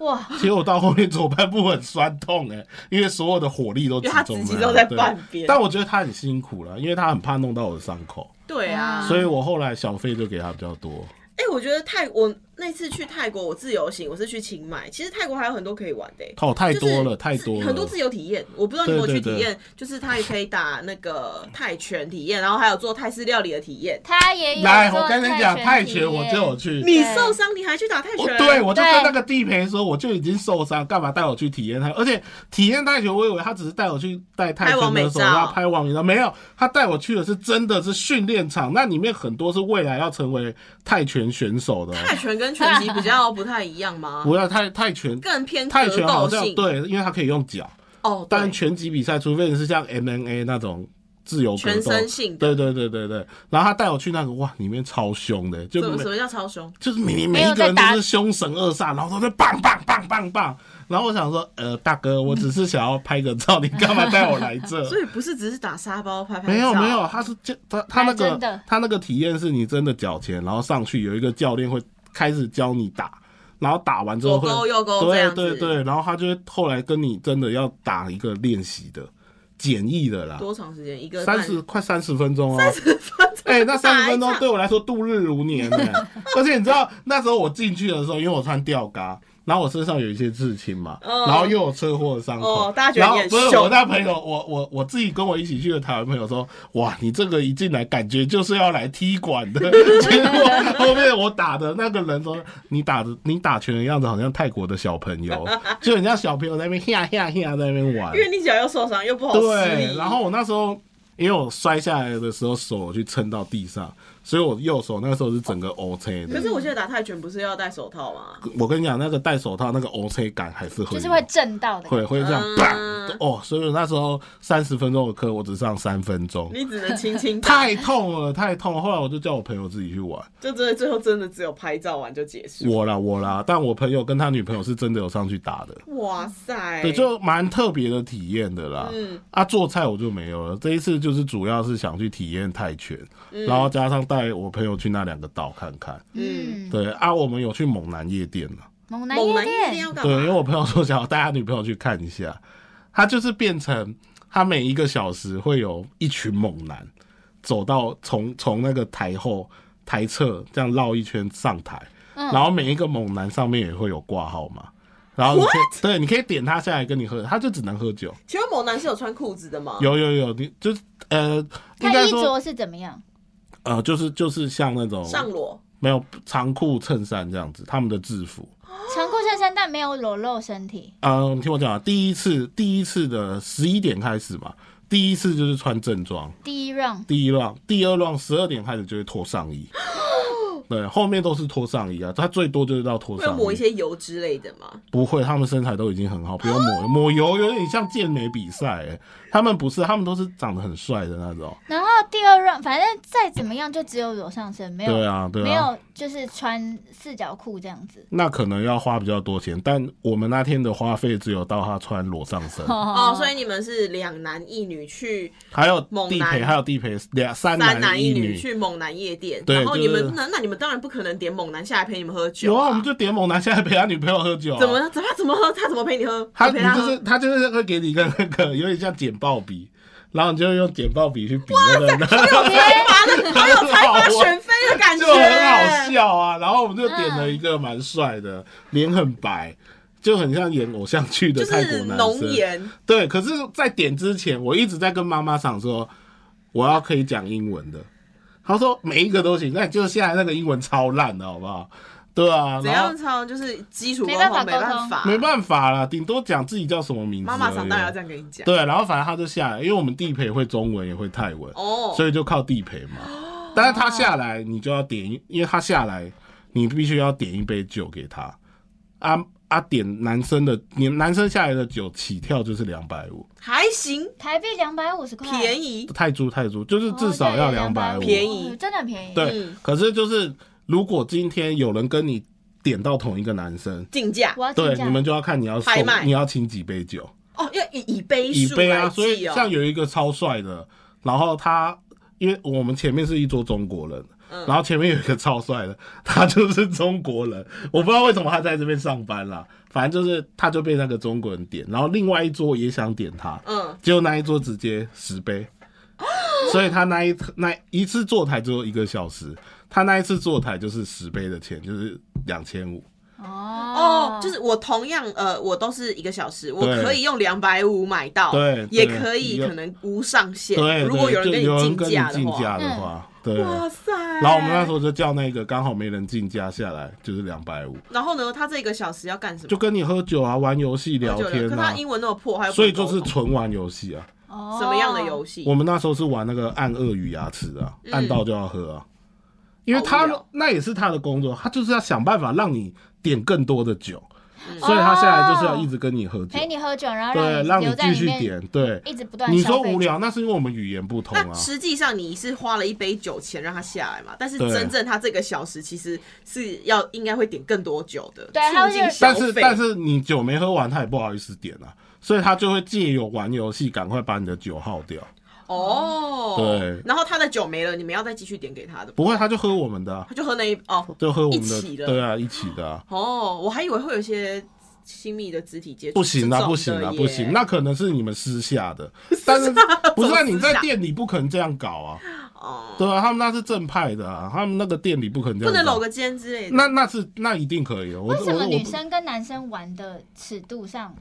S1: 哇，
S2: <laughs> 其实我到后面左半部很酸痛哎、因为所有的火力都
S3: 因
S2: 集
S3: 为他
S2: 中
S3: 自己
S2: 在
S3: 都
S2: 那
S3: 在
S2: 对
S3: 半边
S2: 但我觉得他很辛苦了，因为他很怕弄到我的伤口，
S3: 对啊，
S2: 所以我后来小费就给他比较多。
S3: 哎、我觉得泰我那次去泰国，我自由行，我是去清迈。其实泰国还有很多可以玩的、欸，
S2: 哦，太
S3: 就是
S2: 多了，
S3: 自
S2: 太多了，
S3: 很多自由体验。我不知道你有没有
S2: 对
S3: 去
S2: 对
S3: 体验，就是它也可以打那个泰拳体验，然后还有做泰式料理的体验。
S1: 他也有
S2: 来，
S1: 做
S2: 我跟你讲，泰拳
S1: 体
S2: 我
S1: 验
S2: 就有去。
S3: 你受伤，你还去打泰
S2: 我
S3: 拳？
S2: 哦对，我就
S1: 对
S2: 跟那个地陪说，我就已经受伤，干嘛带我去体验泰？而且体验泰拳，我以为他只是带我去带泰拳的手
S3: 拍完美
S2: 要
S3: 照
S2: 拍网美照，没有，他带我去的是真的是训练场，那里面很多是未来要成为泰拳选手的哦。
S3: 泰拳跟拳击比较不太一样
S2: <laughs>
S3: 吗？
S2: 不要泰泰拳，
S3: 更偏
S2: 泰
S3: 格
S2: 拳好
S3: 斗
S2: 像
S3: 性。
S2: 对，因为它可以用脚，
S3: 哦，对
S2: 但拳击比赛，除非你是像 MMA 那种自由格
S3: 全
S2: 斗。
S3: 身性的。
S2: 对对对对对，然后他带我去那个哇，里面超凶的，就
S3: 什么
S2: 每
S3: 什么叫超凶？
S2: 就是每
S1: 没
S2: 每
S1: 有
S2: 一个人
S1: 在
S2: 都
S1: 打
S2: 是凶神恶煞，然后都在棒棒棒棒棒。然后我想说，呃，大哥，我只是想要拍个照，你干嘛带我来这？
S3: 所以不是只是打沙包拍拍照
S2: 呃没有没有，他是就他他那
S1: 还真
S2: 个
S1: 的
S2: 他那个体验是你真的缴钱，然后上去有一个教练会开始教你打，然后打完之后
S3: 左
S2: 会
S3: 勾右勾这
S2: 对
S3: 样子，
S2: 对对，然后他就会后来跟你真的要打一个练习的简易的啦，
S3: 多长时间？一个
S2: 三
S3: 半
S2: 十快三十分钟哦、
S3: 分钟
S2: 哎、那三十分钟
S3: 打一场
S2: 对我来说度日如年呢、
S3: <laughs>
S2: 而且你知道那时候我进去的时候，因为我穿吊嘎，然后我身上有一些刺青嘛，
S3: 嗯
S2: 然后又有车祸的伤口、
S3: 哦大家觉得
S2: 然后
S3: 你很
S2: 不是
S3: 凶
S2: 我那朋友，我我我自己跟我一起去的台湾朋友说，哇，你这个一进来感觉就是要来踢馆
S3: <laughs>
S2: 的，结果后面我打的那个人说，你打的你打拳的样子好像泰国的小
S3: <laughs>
S2: 朋友，就人家小朋友在那边 <laughs> 呀呀呀在那边玩，
S3: 因为你脚又受伤又不好施
S2: 对，
S3: 力，
S2: 然后我那时候因为我摔下来的时候手去撑到地上，所以我右手那个时候是整个 O C
S3: 可
S2: 的。
S3: 是我记得打泰拳不是要戴手套吗？
S2: 我跟你讲，那个戴手套那个 O C 感还是会
S1: 就是
S2: 有
S1: 会震到的。
S2: 会会这样
S3: 嗯
S2: 啪、哦，所以我那时候三十分钟的课我只上三分钟，
S3: 你只能轻轻打，
S2: 太痛了太痛了。后来我就叫我朋友自己去玩，
S3: 就真的最后真的只有拍照完就结束。
S2: 我啦我啦，但我朋友跟他女朋友是真的有上去打的。
S3: 哇塞！
S2: 对，就蛮特别的体验的啦。
S3: 嗯
S2: 啊，做菜我就没有了。这一次就是主要是想去体验泰拳，
S3: 嗯
S2: 然后加上带我朋友去那两个岛看看。
S1: 嗯，
S2: 对啊，我们有去猛男夜店了。
S1: 猛男
S3: 猛
S1: 夜
S3: 男一定
S1: 店，
S3: 要干
S2: 对，因为
S3: 嘛？
S2: 我朋友说想要带他女朋友去看一下，他就是变成他每一个小时会有一群猛男走到从从那个台后台侧这样绕一圈上台，
S1: 嗯
S2: 然后每一个猛男上面也会有挂号码。然后你可以对，你可以点他下来跟你喝，他就只能喝酒。
S1: 哦
S3: 请问猛男是有穿裤子的吗？
S2: 有有有，你就是呃，应
S1: 他
S2: 该
S1: 衣
S2: 说
S1: 着是怎么样？
S2: 呃，就是就是像那种
S3: 上裸，
S2: 没有长裤、衬衫这样子，他们的制服。
S1: 长裤衬衫，但没有裸露身体。
S2: 嗯、你听我讲啊，第一次第一次的十一点开始嘛，第一次就是穿正装，
S1: 第一 round，
S2: 第一 round，第二 round 十二点开始就会脱上衣。对，后面都是脱上衣啊，它最多就是到脱
S3: 会有
S2: 上
S3: 抹一
S2: 衣。
S3: 些油之类的吗？
S2: 不会，他们身材都已经很好，不用抹抹油，有点像健美比赛、欸。他们不是，他们都是长得很帅的那种。
S1: 然后第二 round，反正再怎么样就只有裸上身，没有
S2: 对啊，对啊。
S1: 没有就是穿四角裤这样子。
S2: 那可能要花比较多钱，但我们那天的花费只有到他穿裸上身，
S3: 哦，所以你们是两男一女去
S2: 还有
S3: 猛
S2: 地
S3: 男
S2: 陪，还有地陪两三
S3: 三男
S2: 一
S3: 一女。去猛男夜店，
S2: 对
S3: 然后
S2: 就
S3: 你
S2: 是
S3: 们那那你们当然不可能点猛男下来陪你们喝酒
S2: 有啊，我们就点猛男现在陪他女朋友喝酒、啊，
S3: 怎么怎么他怎么喝？他怎么陪你喝？
S2: 他
S3: 你陪
S2: 你
S3: 他
S2: 就
S3: 喝
S2: 是。他就是会给你一个那个有点像剪报笔，然后你就用剪报笔去比那个，
S3: 哇，那好有才华选妃的感觉，嗯
S2: 啊就很好笑啊。然后我们就点了一个蛮帅的，脸很白，就很像演偶像剧的
S3: 就
S2: 泰国
S3: 是
S2: 男
S3: 浓
S2: 生。
S3: 颜，
S2: 对，可是，在点之前，我一直在跟妈妈想说，我要可以讲英文的。她说每一个都行，那你就现在那个英文超烂的，好不好？对啊，
S3: 怎
S2: 然
S3: 样
S2: 后
S3: 唱就是基础
S1: 没
S3: 沟
S1: 办法
S3: 通，没
S1: 沟
S3: 办
S1: 通
S3: 法，
S2: 没办法啦，顶多讲自己叫什么名字而已啊。
S3: 妈妈长大要这样跟你讲。
S2: 对，然后反正他就下来，因为我们地陪会中文也会泰文，
S3: 哦，
S2: 所以就靠地陪嘛。但是他下来，你就要点一，因为他下来，你必须要点一杯酒给他。啊啊，点男生的，你男生下来的酒起跳就是两百五。
S3: 还行，
S1: 台币两百五十块，
S3: 便宜。
S2: 泰铢泰铢，就是
S1: 哦，
S2: 至少要两
S1: 两
S2: 百五。
S3: 便宜
S1: 哦真的很便宜。
S2: 对
S3: 嗯，
S2: 可是就是如果今天有人跟你点到同一个男生，
S3: 竞价
S1: 我要竞
S2: 对，
S1: 价
S2: 你们就要看你要送
S3: 拍卖，
S2: 你要请几杯酒，
S3: 哦，要以以杯
S2: 以
S3: 数
S2: 杯
S3: 来
S2: 啊。所以
S3: 计
S2: 像
S3: 哦。
S2: 有一个超帅的，然后他因为我们前面是一桌中国人。
S3: 嗯
S2: 然后前面有一个超帅的，他就是中国人，我不知道为什么他在这边上班啦，反正就是他就被那个中国人点，然后另外一桌也想点他，
S1: 哦
S3: 嗯，
S2: 结果那一桌直接十杯，所以他那一那一次坐台只有一个小时，他那一次坐台就是十杯的钱，就是两千五。
S1: 哦
S3: 哦，就是我同样呃，我都是一个小时，我
S2: 对
S3: 可以用两百五买到，
S2: 对
S3: 也
S2: 对
S3: 可以
S2: 有
S3: 可能无上限。
S2: 对，
S3: 如果有
S2: 对
S3: 人跟
S2: 就有人
S3: 你
S2: 跟
S3: 竞
S2: 你
S3: 价的
S2: 竞
S3: 话，
S2: 价的
S1: 嗯
S2: 话，对。
S3: 哇塞！
S1: <laughs>
S2: 然后我们那时候就叫那个刚好没人竞价下来，就是两百五，
S3: 然后呢，他这个小时要干什么？
S2: 就跟你喝酒啊、玩游戏、聊
S3: 喝酒的
S2: 天
S3: 可
S2: 啊
S3: 他，英文那么破，还有
S2: 所以就是
S3: 什
S2: 纯玩游戏啊。
S1: 哦
S3: 么样的游戏？
S2: 我们那时候是玩那个按鳄鱼牙齿啊，
S3: 嗯
S2: 按到就要喝啊，因为
S1: 哦
S3: 好
S2: 他
S3: 无聊
S2: 那也是他的工作，他就是要想办法让你点更多的酒，
S3: 嗯
S2: 所以他下来就是要一直跟你喝酒
S1: 哦陪，你喝酒，然后
S2: 对，
S1: 让
S2: 让
S1: 你
S2: 你
S1: 留在
S2: 继
S1: 里
S2: 续
S1: 面，
S2: 点，对。
S1: 一直不断。
S2: 你说无，聊，那是因为我们语言不通
S3: 那
S2: 啊。
S3: 实际上你是花了一杯酒钱让他下来嘛？但是
S2: 对
S3: 真正他这个小时其实是要应该会点更多酒的，
S1: 对他会
S3: 促进消
S2: 但
S3: 费。
S2: 是但是你酒没喝完，他也不好意思点啊，所以他就会借由玩游戏赶快把你的酒耗掉。
S3: 哦，
S2: 对
S3: 然后他的酒没了，你们要再继续点给他的，
S2: 不会，他就喝我们的啊、
S3: 他就喝那一哦
S2: 就喝我
S3: 一
S2: 们
S3: 起的
S2: 对啊，一起的、啊。
S3: 哦，我还以为会有一些亲密的肢体接触，
S2: 不行
S3: 啊
S2: 啦，不行
S3: 啊
S2: 啦，不行，那可能是你们私下
S3: <laughs>
S2: 的，但是不是啊？你在店里不可能这样搞啊，
S3: 哦，
S2: 对啊，他们那是正派的啊，他们那个店里不可能这
S3: 不
S2: 样搞，
S3: 能搂个肩之类的。
S2: 那那是那一定可以啊的，我
S1: 为什
S2: 我
S1: 么
S2: 我
S1: 女生跟男生玩的尺度上，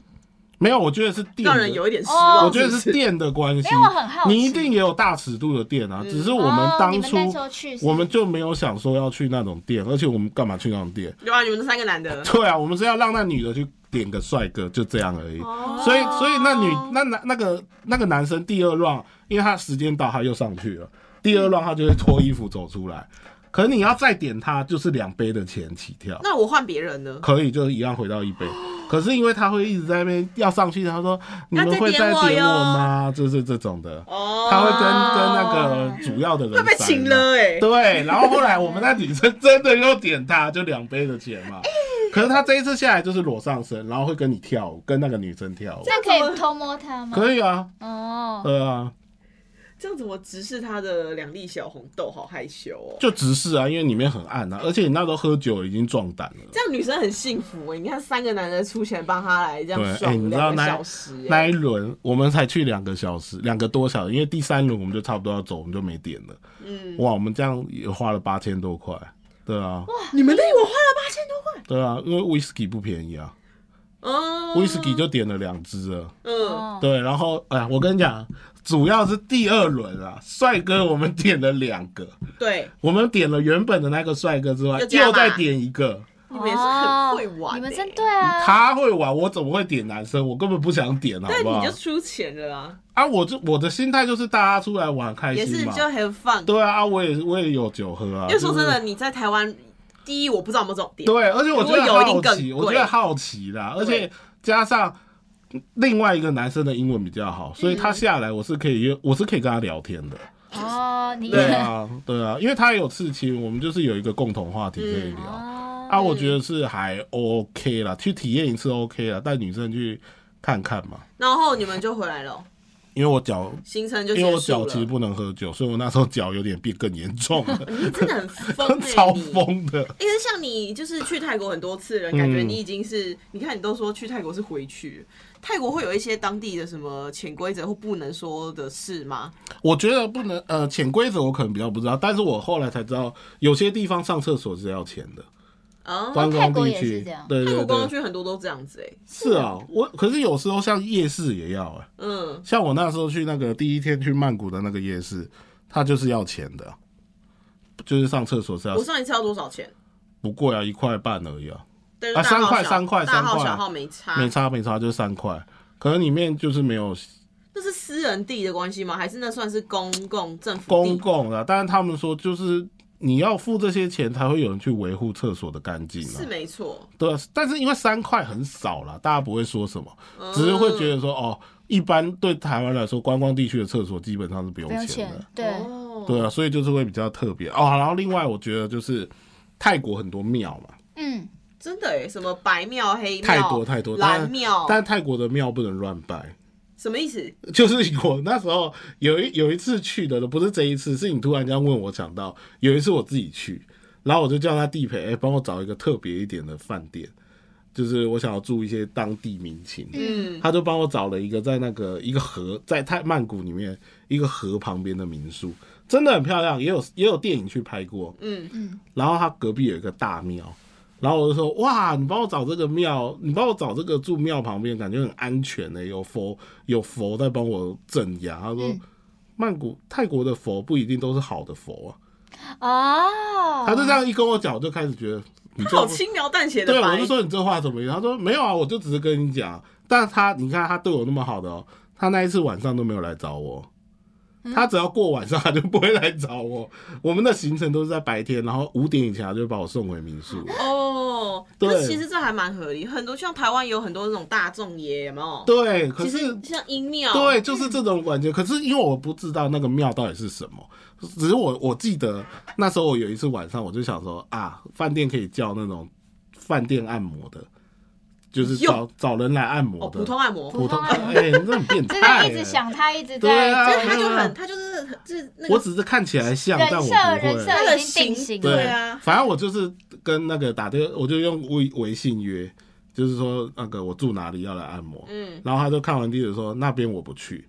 S2: 没有，我觉得是店
S3: 让人
S2: 的
S3: 有一点失
S1: 哦
S3: 望。
S2: 我觉得
S3: 不
S2: 是店的关系
S1: 因为我很好，奇
S2: 你一定也有大尺度的店啊，
S3: 嗯
S2: 只是我们
S1: 哦你
S2: 当
S1: 们
S2: 初
S1: 那时候去是
S2: 我们就没有想说要去那种店，而且我们干嘛去那种店？
S3: 对啊，你们这三个男的，
S2: 对啊，我们是要让那女的去点个帅哥，就这样而已。
S3: 哦
S2: <laughs> 所以，所以那女那男那个那个男生第二 round，因为他时间到，他又上去了。第二 round 他就会脱衣服走出来，可是你要再点他，就是两杯的钱起跳，
S3: 那我换别人呢？
S2: 可以就是一样回到一杯。可是因为他会一直在那边要上去，他说你们会再
S3: 要再
S2: 点
S3: 点
S2: 我
S3: 我哟
S2: 吗？就是这种的，
S3: 哦，
S2: 他会跟跟那个主要的人
S3: 会被
S2: 闪
S3: 请
S2: 啊
S3: 了哎，
S2: 对，然后后来我们那女生真的又点他，就两杯的钱嘛。可是他这一次下来就是裸上身，然后会跟你跳舞，跟那个女生跳舞。
S1: 那可以偷摸她吗？
S2: 可以啊， <laughs>
S1: 哦，
S2: 对啊，
S3: 这样子我直视他的两粒小红豆，好害羞哦。
S2: 就直视啊，因为里面很暗啊，而且你那时候喝酒已经壮胆了。
S3: 这样女生很幸福哎、你看三个男的出钱帮她来这
S2: 对
S3: 样
S2: 哎
S3: 爽
S2: 你知道
S3: 两个
S2: 那
S3: 小时、
S2: 那
S3: 哎，
S2: 一轮我们才去两个小时，两个多小时，因为第三轮我们就差不多要走，我们就没点了。
S3: 嗯，
S2: 哇，我们这样也花了八千多块，对啊，
S3: 你们那我花了八千多块，
S2: 对啊，因为 whisky 不便宜啊
S3: 哦
S2: ，whisky 就点了两支了。
S3: 嗯，
S1: 哦，
S2: 对，然后哎，我跟你讲，主要是第二轮啊，帅哥我们点了两个，
S3: 对，
S2: 我们点了原本的那个帅哥之外，
S3: 又加
S2: 又
S3: 码
S2: 再点一个，
S3: 你们也是很会玩、欸
S1: 你们真对啊。
S2: 他会玩，我怎么会点男生？我根本不想点，好
S3: 对，
S2: 不好
S3: 你就？出钱了啊，
S2: 啊，我就我的心态就是大家出来玩开
S3: 也是
S2: 心嘛
S3: 就。很 fun。
S2: 对啊，啊我也我也有酒喝啊。
S3: 因为说真
S2: 就是
S3: 的，你在台湾，第一我不知道有没有这种店，
S2: 对，而且我觉得
S3: 如果有一定
S2: 好奇，
S3: 更贵
S2: 我觉得好奇啦，而且加上另外一个男生的英文比较好，所以
S3: 嗯
S2: 他下来我是可以约，我是可以跟他聊天的。
S1: 哦，你
S2: 对啊，对啊，因为他也有刺青，我们就是有一个共同话题可以聊。
S1: 哦，
S2: 啊，我觉得是还 OK 啦，去体验一次 OK 啦，带女生去看看嘛。
S3: 然后你们就回来了，
S2: 因为我脚，
S3: 行程就
S2: 因为
S3: 结
S2: 我脚
S3: 束
S2: 其实
S3: 了。
S2: 不能喝酒，所以我那时候脚有点变更严重了，
S3: 你真的很疯、欸，
S2: <laughs> 超
S3: 你。
S2: 疯的。
S3: 因为像你就是去泰国很多次了，感觉
S2: 嗯
S3: 你已经是，你看你都说去泰国是回去，泰国会有一些当地的什么潜规则或不能说的事吗？
S2: 我觉得不能呃，潜规则我可能比较不知道，但是我后来才知道，有些地方上厕所是要钱的，
S3: 啊，
S2: 观光地
S1: 泰国也是
S2: 区
S1: 这样，
S2: 对
S3: 泰
S2: 对
S3: 国观光
S2: 对，
S3: 区很多都这样子哎、欸，
S2: 是啊，我可是有时候像夜市也要、欸，
S3: 嗯，
S2: 像我那时候去那个第一天去曼谷的那个夜市，它就是要钱的，就是上厕所是要
S3: 我上一次要多少钱？
S2: 不贵啊，一块半而已啊，
S3: 但是
S2: 啊
S3: 大号
S2: 三块
S3: 小
S2: 三块
S3: 大号
S2: 三块
S3: 小号没差，
S2: 没差没差，就三块，可能里面就是没有
S3: 那是私人地的关系吗？还是那算是公共政府
S2: 公
S3: 地？
S2: 共的啊，但是他们说就是你要付这些钱才会有人去维护厕所的干净啊
S3: 是。没错，
S2: 对啊，但是因为三块很少啦，大家不会说什么，只是会觉得说哦，一般对台湾来说，观光地区的厕所基本上是不
S1: 不用
S2: 用
S1: 钱
S2: 钱的，，
S1: 对，
S3: 哦
S2: 对啊，所以就是会比较特别哦。然后另外我觉得就是泰国很多庙嘛，
S1: 嗯，
S3: 真的哎，什么白庙、黑庙、
S2: 太多太多，
S3: 蓝
S2: 但
S3: 庙，
S2: 但泰国的庙不能乱拜。
S3: 什么意思？
S2: 就是我那时候有一有一次去的，不是这一次，是你突然这样问我，想到有一次我自己去，然后我就叫他地陪，哎、帮我找一个特别一点的饭店，就是我想要住一些当地民情，
S3: 嗯，
S2: 他就帮我找了一个在那个一个河，在泰曼谷里面一个河旁边的民宿，真的很漂亮，也有也有电影去拍过，
S3: 嗯
S2: 嗯，然后他隔壁有一个大庙。然后我就说，哇，你帮我找这个庙，你帮我找这个住庙旁边，感觉很安全呢、有佛有佛在帮我镇压。他
S3: 嗯
S2: 说，曼谷泰国的佛不一定都是好的佛啊。
S1: 哦，
S2: 他就这样一跟我讲，我就开始觉得你这
S3: 好轻描淡写
S2: 对，啊
S3: 的
S2: 我
S3: 白
S2: 就，说你这话怎么样？他说没有啊，我就只是跟你讲。但他，你看他对我那么好的哦，他那一次晚上都没有来找我。
S3: 嗯
S2: 他只要过晚上，他就不会来找我。我们的行程都是在白天，然后五点以前他就把我送回民宿了。
S3: 哦，可是
S2: 对
S3: 其实这还蛮合理，很多像台湾有很多那种大众爷，有没有？
S2: 对，可
S3: 其
S2: 是
S1: 哦
S3: 实像阴庙，
S2: 对，就是这种感觉。可是因为我不知道那个庙到底是什么，只是我我记得那时候我有一次晚上，我就想说啊，饭店可以叫那种饭店按摩的，就是找找人来按摩
S3: 哦，
S2: 的。
S3: 普通按摩，
S1: 普通按摩
S2: 哎、你这很
S3: <laughs>
S2: 变
S1: 真
S2: 态、
S1: 的
S2: 欸。
S1: 一直想他，一直
S2: 对
S1: 在
S2: 啊，
S3: 但是他就
S2: 对
S3: 很，
S2: 啊
S3: 他就是很就是那
S2: 我
S3: 个
S2: 只是看起来像，但
S1: 人
S2: 我不
S1: 设，人设
S2: 会。
S1: 已经定型
S2: 对
S3: 对
S1: 了。
S3: 啊
S2: 反正我就是跟那个打电，我就用微微信约，就是说那个我住哪里要来按摩，
S3: 嗯，
S2: 然后他就看完地址说那边我不去。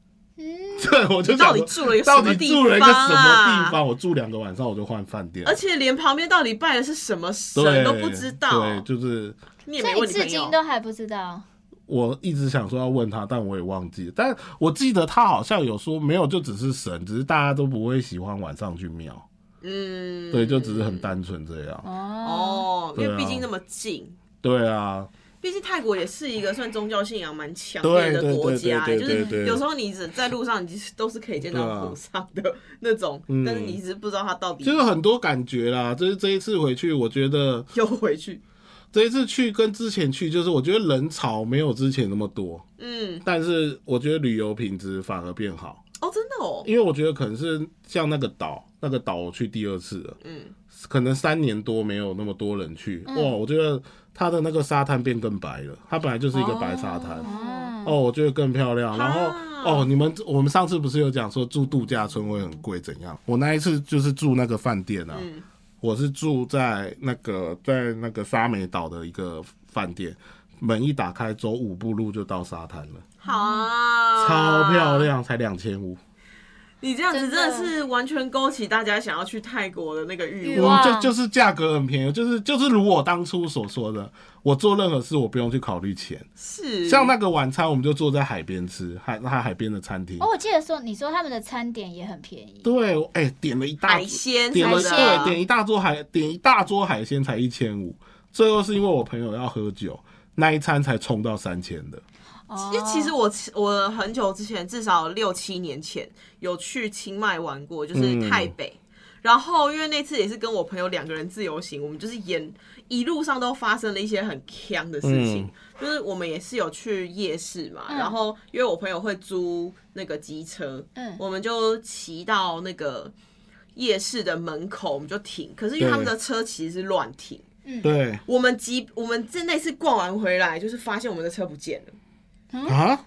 S2: <laughs> 对，我
S3: 嗯
S2: 就
S3: 你到底
S2: 想说
S3: 住了一个
S2: 到
S3: 什么
S2: 底
S3: 地
S2: 住了一个
S3: 方
S2: 什么地
S3: 啊？
S2: 方？我住两个晚上我就换饭店，
S3: 而且连旁边到底拜的是什么神
S2: 对
S3: 都不知道
S2: 对，，就是
S3: 你也
S1: 所
S3: 没
S1: 以
S3: 问
S1: 你
S3: 你
S1: 至
S3: 朋
S1: 今
S3: 友。
S1: 都还不知道，
S2: 我一直想说要问他，但我也忘记了。但我记得他好像有说没有，就只是神，只是大家都不会喜欢晚上去庙。
S3: 嗯，
S2: 对，就只是很单纯这样。
S1: 哦，
S3: 哦，因
S2: 对
S3: 为
S2: 啊
S3: 毕竟那么近，
S2: 对啊，
S3: 毕竟泰国也是一个算宗教信仰蛮强烈
S2: 对
S3: 的
S2: 对
S3: 国
S2: 对
S3: 家，
S2: 对
S3: 就
S2: 对
S3: 是
S2: 对对
S3: 有时候你只在路上，你都是可以见
S2: 对
S3: 到
S2: 啊
S3: 菩萨的那种，
S2: 嗯
S3: 但是你一直不知道他到底
S2: 就是很多感觉啦。就是这一次回去，我觉得
S3: 又回去。
S2: 这一次去跟之前去，就是我觉得人潮没有之前那么多，
S3: 嗯，
S2: 但是我觉得旅游品质反而变好，
S3: 哦，真的哦，
S2: 因为我觉得可能是像那个岛，那个岛我去第二次了，
S3: 嗯，
S2: 可能三年多没有那么多人去，哇，我觉得它的那个沙滩变更白了，它本来就是一个白沙滩。
S1: 嗯，
S2: 哦，我觉得更漂亮。然后
S3: 啊
S2: 哦，你们我们上次不是有讲说住度假村会很贵怎样？我那一次就是住那个饭店啊，
S3: 嗯
S2: 我是住在那个在那个沙美岛的一个饭店，门一打开走五步路就到沙滩了，
S3: 好啊，
S2: 超漂。亮，才两千五。
S3: 你这样子真的
S1: 真的
S3: 是完全勾起大家想要去泰国的那个欲
S1: 欲
S2: 我
S1: 望
S2: 们就就是价格很便宜，就是就是如我当初所说的，我做任何事我不用去考虑钱。
S3: 是
S2: 像那个晚餐，我们就坐在海边吃，海那海边的餐厅。
S1: 哦，我记得说你说他们的餐点也很便宜，
S2: 对，哎、点了一大
S3: 海鲜
S2: 点
S3: 什
S2: 了
S3: 么
S1: 什
S3: 的，
S1: 么的
S2: 对，点一大桌海，点一大桌海鲜才一千五，最后是因为我朋友要喝酒，那一餐才冲到三千的。
S1: 哦
S3: 因为其实我吃我很久之前，至少六七年前有去清迈玩过，就是
S2: 嗯
S3: 泰北。然后因为那次也是跟我朋友两个人自由行，我们就是沿一路上都发生了一些很坑的事情，就是我们也是有去夜市嘛，
S1: 嗯
S3: 然后因为我朋友会租那个机车，
S1: 嗯
S3: 我们就骑到那个夜市的门口，我们就停。可是因为他们的车其实是乱停，
S2: 对
S3: 我们急，我们真那次逛完回来，就是发现我们的车不见了。嗯
S2: 啊，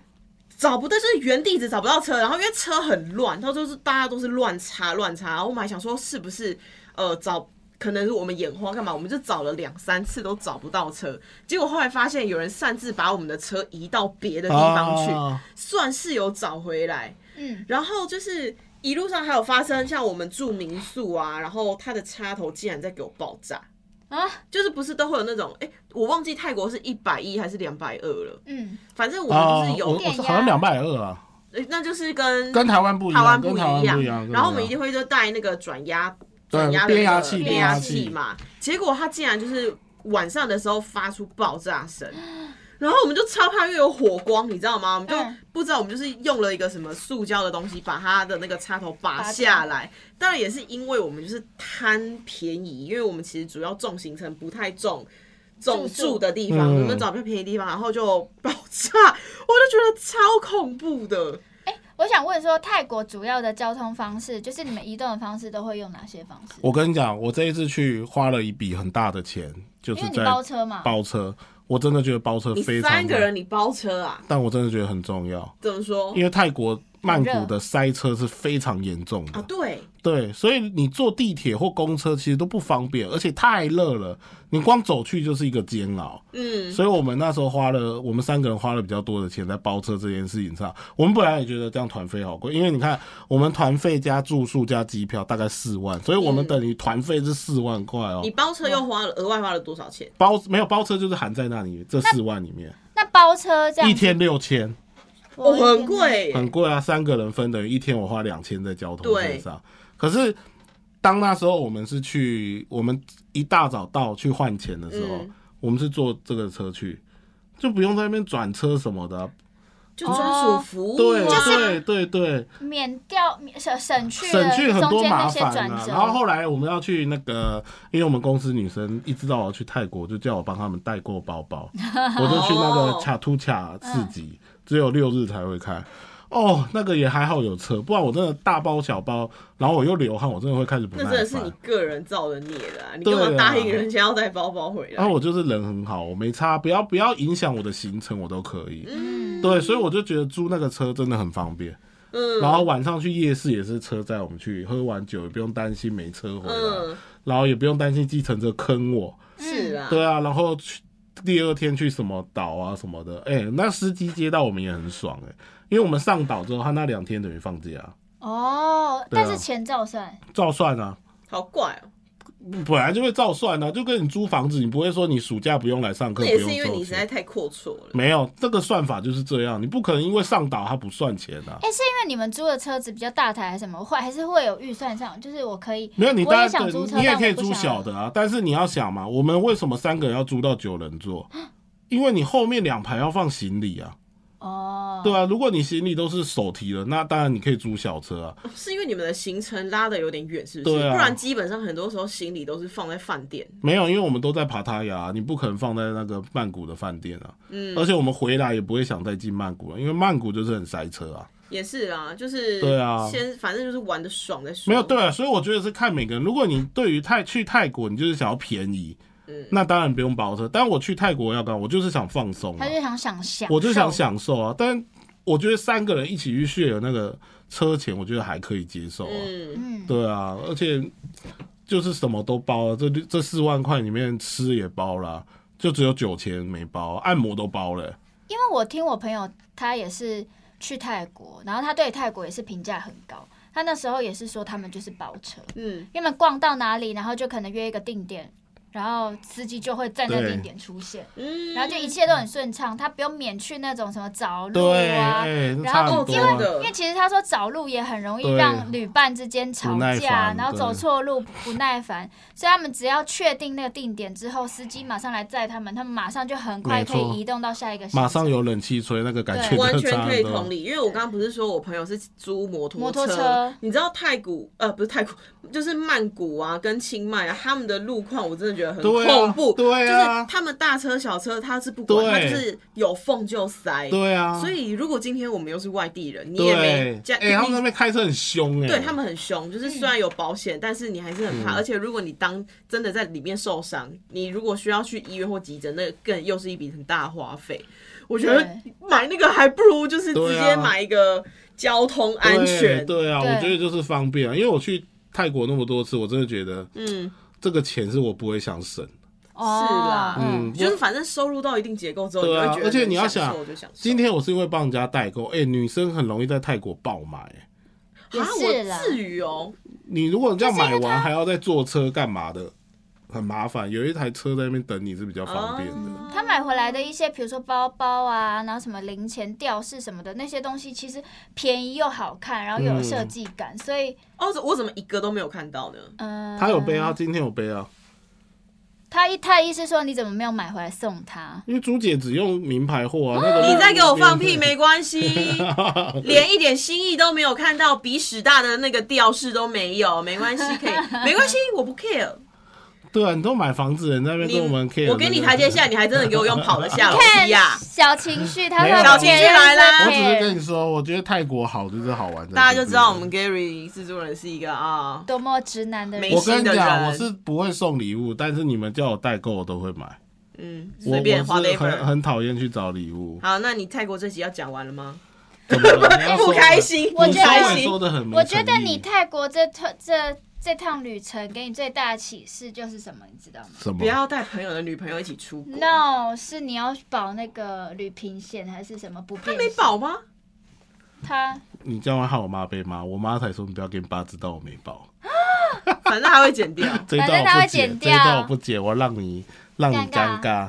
S3: 找不到，就是原地址找不到车，然后因为车很乱，到时候是大家都是乱插乱插，然后我们还想说是不是呃找。可能是我们眼花干嘛？我们就找了两三次都找不到车，结果后来发现有人擅自把我们的车移到别的地方去，
S2: 啊
S3: 算是有找回来。
S1: 嗯，
S3: 然后就是一路上还有发生像我们住民宿啊，然后它的插头竟然在给我爆炸，
S1: 啊，
S3: 就是不是都会有那种哎、我忘记泰国是一百一还是两百二了，
S1: 嗯，
S3: 反正我
S2: 啊
S3: 们就是有
S2: 我我
S1: 电压
S2: 好像两百二啊，
S3: 呃那就是跟
S2: 跟台湾不一样，
S3: 台湾
S2: 跟
S3: 不
S2: 台湾
S3: 一
S2: 不
S3: 样，
S2: 一样。
S3: 然后我们一
S2: 一定
S3: 定会就带那个转压
S2: 对
S3: 转压的那个
S2: 变压器
S3: 变
S1: 变
S3: 压
S1: 压
S3: 器
S2: 器
S3: 嘛，结果它竟然就是晚上的时候发出爆炸声。然后我们就超怕，因为有火光，你知道吗？我们就
S1: 嗯
S3: 不知道，我们就是用了一个什么塑胶的东西把它的那个插头拔
S1: 拔掉
S3: 下来。当然也是因为我们就是贪便宜，因为我们其实主要重行程不太重重
S1: 住宿
S3: 住的地方，
S2: 嗯
S3: 我们找比较便宜的地方，然后就爆炸，我就觉得超恐怖的。
S1: 哎、我想问说，泰国主要的交通方式，就是你们移动的方式都会用哪些方式？
S2: 我跟你讲，我这一次去花了一笔很大的钱，就
S1: 因
S2: 是
S1: 为你
S2: 在
S1: 包车啊嘛，
S2: 包车，我真的觉得包车
S3: 你
S2: 非常
S3: 三个
S2: 重要
S3: 人你包车啊？
S2: 但我真的觉得很重要，
S3: 怎么说？
S2: 因为泰国曼
S1: 哦很热哦
S2: 谷的塞车是非常严重的
S3: 啊，。对，
S2: 对，所以你坐地铁或公车其实都不方便，而且太热了，你光走去就是一个煎熬。
S3: 嗯，
S2: 所以我们那时候花了，我们三个人花了比较多的钱在包车这件事情上。我们本来也觉得这样团费好贵，因为你看我们团费加住宿加机票大概四万，所以我们
S3: 嗯
S2: 等于团费是四万块哦
S3: 你。包车又花了额外花了多少钱？
S2: 包没有包车就是含在那里这四万里面，
S1: 那包车这样
S2: 一天六千，
S3: 哦，
S1: 的
S3: 很
S1: 天哪，
S3: 贵耶，
S2: 很贵啊，三个人分等于一天我花两千在交通
S3: 对
S2: 费上。可是当那时候我们是去，我们一大早到去换钱的时候，
S3: 嗯
S2: 我们是坐这个车去，就不用在那边转车什么的啊、
S3: 就专属服务
S1: 哦
S2: 对、
S3: 啊，
S2: 对对对，
S1: 免掉免省省去
S2: 省去
S1: 了
S2: 很
S1: 中
S2: 多
S1: 间
S2: 麻
S1: 那些
S2: 烦
S1: 转
S2: 啊。
S1: 折。
S2: 然后后来我们要去那个，因为我们公司女生一知道我要去泰国，就叫我帮他们代购包
S1: <laughs>
S2: 包，我就去那
S1: 哦
S2: 个卡图卡市集，
S1: 嗯
S2: 只有六日才会开。哦，那个也还好有车，不然我真的大包小包，然后我又流汗，我真的会开始不
S3: 那
S2: 耐
S3: 真
S2: 烦。
S3: 的是你个人造的孽啦、你干嘛
S2: 对啊
S3: 答应人家要带包包回
S2: 然
S3: 来？
S2: 后啊我就是人很好，我没差，不要不要影响我的行程，我都可以。
S3: 嗯
S2: 对，所以我就觉得租那个车真的很方便。
S3: 嗯
S2: 然后晚上去夜市也是车载我们去，喝完酒也不用担心没车回来，
S3: 嗯，
S2: 然后也不用担心计程车坑我。
S1: 嗯
S3: 是啊，
S2: 对啊，然后去第二天去什么岛啊什么的，哎、那司机接到我们也很爽哎、因为我们上岛之后，他那两天等于放假，
S1: 哦，
S2: 对啊
S1: 但是钱照算，
S2: 照算啊。
S3: 好怪哦、
S2: 本来就会照算啊，就跟你租房子，你不会说你暑假不用来上课，
S3: 那
S2: 不
S3: 也
S2: 用
S3: 是因为
S2: 收
S3: 你实
S2: 钱
S3: 在太阔绰了。
S2: 没有这个算法就是这样，你不可能因为上岛它不算钱啊。
S1: 哎、是因为你们租的车子比较大台还是什么，会还是会有预算上，就是我可以，
S2: 没有，你
S1: 我也
S2: 当然
S1: 想租车，
S2: 你也
S1: 但
S2: 可以
S1: 我不
S2: 租
S1: 想
S2: 小的啊，但是你要想嘛，我们为什么三个人要租到九人座？因为你后面两排要放行李啊，
S1: 哦，
S2: 对啊，如果你行李都是手提的，那当然你可以租小车啊。
S3: 是因为你们的行程拉的有点远，是不是？
S2: 对啊
S3: 不然基本上很多时候行李都是放在饭店。
S2: 没有，因为我们都在帕塔啊亚，你不可能放在那个曼谷的饭店啊。
S3: 嗯，
S2: 而且我们回来也不会想再进曼谷了，因为曼谷就是很塞车啊。
S3: 也是啊，就是
S2: 对啊
S3: 先反正就是玩的爽再说。
S2: 没有对啊，所以我觉得是看每个人。如果你对于泰去泰国，你就是想要便宜，
S3: 嗯
S2: 那当然不用包车。但我去泰国要干嘛，我就是想放松、啊
S1: 他。就想想享，
S2: 我就想，享受啊，但我觉得三个人一起去 share 那个车钱，我觉得还可以接受啊。
S3: 嗯，
S1: 嗯，
S2: 对啊，而且就是什么都包啊了，这这四万块里面吃也包了啊，就只有九千没包，按摩都包了欸、
S1: 因为我听我朋友他也是去泰国，然后他对泰国也是评价很高，他那时候也是说他们就是包车，
S5: 嗯，
S1: 因为逛到哪里，然后就可能约一个定点，然后司机就会在那定点出现，
S5: 嗯
S1: 然后就一切都很顺畅，他不用免去那种什么找路
S2: 对，
S1: 啊。
S2: 哎
S1: 然后
S2: 差很
S1: 哦
S2: 多
S3: 真
S2: 啊。
S3: 的
S1: 因为其实他说找路也很容易
S2: 对
S1: 让旅伴之间吵
S2: 不耐
S1: 架，
S2: 烦
S1: 然后
S2: 对
S1: 走错路不耐烦，所以他们只要确定那个定点之后，司机马上来载他们，他们马上就很快
S2: 没
S1: 可
S2: 错
S1: 以移动到下一个行程。
S2: 马上有冷气吹，那个感觉
S1: 对
S3: 完
S2: 就
S3: 全
S2: 差
S3: 可以
S2: 很多
S3: 同。理，因为我刚刚不是说我朋友是租摩托
S1: 摩托车
S3: 你知道泰谷呃不是泰谷，就是曼谷啊跟清迈啊，他们的路况我真的觉得很
S2: 对啊
S3: 恐怖，
S2: 对啊
S3: 就是他们大车小车他是不管，他
S2: 对
S3: 就是有缝就塞，
S2: 对啊，
S3: 所以如果今天我们又是外地人，你
S2: 对，
S3: 也没加，
S2: 哎，他们
S3: 你
S2: 那边开车很凶哎，
S3: 对他们很凶，
S1: 嗯
S3: 就是虽然有保险，但是你还是
S2: 嗯
S3: 很怕。而且如果你当真的在里面受伤，你如果需要去医院或急诊，那更又是一笔很大的花费。我觉得买那个还不如就是直
S2: 对
S3: 接
S2: 啊
S3: 买一个交通安全。
S2: 对对啊，
S1: 对
S2: 我觉得就是方便啊，因为我去泰国那么多次，我真的觉得
S3: 嗯，
S2: 这个钱是我不会想省。
S1: 哦
S3: 是啦
S1: 嗯，
S2: 嗯，
S3: 就是反正收入到一定结构之后，
S2: 对啊
S3: 你就会觉得
S2: 而且你要
S3: 能享
S2: 想
S3: 受就享受
S2: 今天我是因为帮人家代购，哎、女生很容易在泰国爆买。
S1: 也
S3: 啊，
S1: 是啦
S3: 我至于哦，
S2: 你如果这样买完还要再坐车干嘛的，很麻烦。有一台车在那边等你是比较方便的。
S3: 啊
S1: 他买回来的一些，比如说包包啊，然后什么零钱、吊饰什么的那些东西，其实便宜又好看，然后又有设计感，所以
S3: 哦，我怎么一个都没有看到呢？
S1: 嗯，
S2: 他有背啊，今天有背啊，
S1: 他一他的意思说你怎么没有买回来送他？
S2: 因为朱姐只用名牌货
S3: 嗯
S2: 啊。那个
S3: 你再给我放屁
S2: 免费
S3: 没关
S2: <laughs>
S3: 系，连一点心意都没有看到，鼻屎大的那个吊饰都没有，没关系，
S2: <laughs>
S3: 可以，没关系，我不 care。
S2: 对啊，你都买房子了，你在那边
S3: 你
S2: 跟我们 care，
S3: 嗯我给你台阶下，你还真的给我用跑了
S2: <laughs>
S3: 下楼
S1: 看
S3: 梯哦呀！
S1: 小情绪，他
S2: 没有
S1: 会
S2: 小情
S1: 别
S3: 绪
S1: 人
S3: 来啦
S1: 在
S2: 我只是跟
S1: care
S2: 你说，我觉得泰国好就是好玩的，
S3: 大家就知道我们 Gary 制作人是一个啊，
S1: 多么直男的人
S3: 没
S2: 我
S3: 事。
S2: 跟你
S3: 新的
S2: 讲，
S3: 人
S2: 我是不会送礼物，但是你们叫我代购，我都会买。
S3: 嗯，
S2: 我
S3: 随便花
S2: 我
S3: w
S2: 是
S3: h a
S2: 很很讨厌去找礼
S3: <laughs>
S2: 物，
S3: 好，那你泰国这集要讲完了吗？
S2: 怎么了你要 <laughs> 说
S3: 不
S2: 吗
S3: 开心，
S1: 我
S3: 不
S1: 觉得
S3: 开心
S2: 说。的很没诚意，
S1: 我觉得你泰国这趟这这趟旅程给你最大的启示就是什么，你知道吗
S2: 什么
S3: 不要带朋友的女朋友一起出国，
S1: ？No，是你要保那个旅平险还是什么不
S3: 他
S1: 变？
S3: 没，保吗？
S1: 他
S2: 你这样会害我妈被骂，我妈才说你不要给你爸知道我没报，
S3: 反正还会剪掉。
S2: 这一段
S1: 她
S2: 我
S1: 会
S2: 不解
S1: 剪，
S2: 这一段
S1: 掉
S2: 我不解，我让你让你
S1: 尴尬
S2: 尴尬。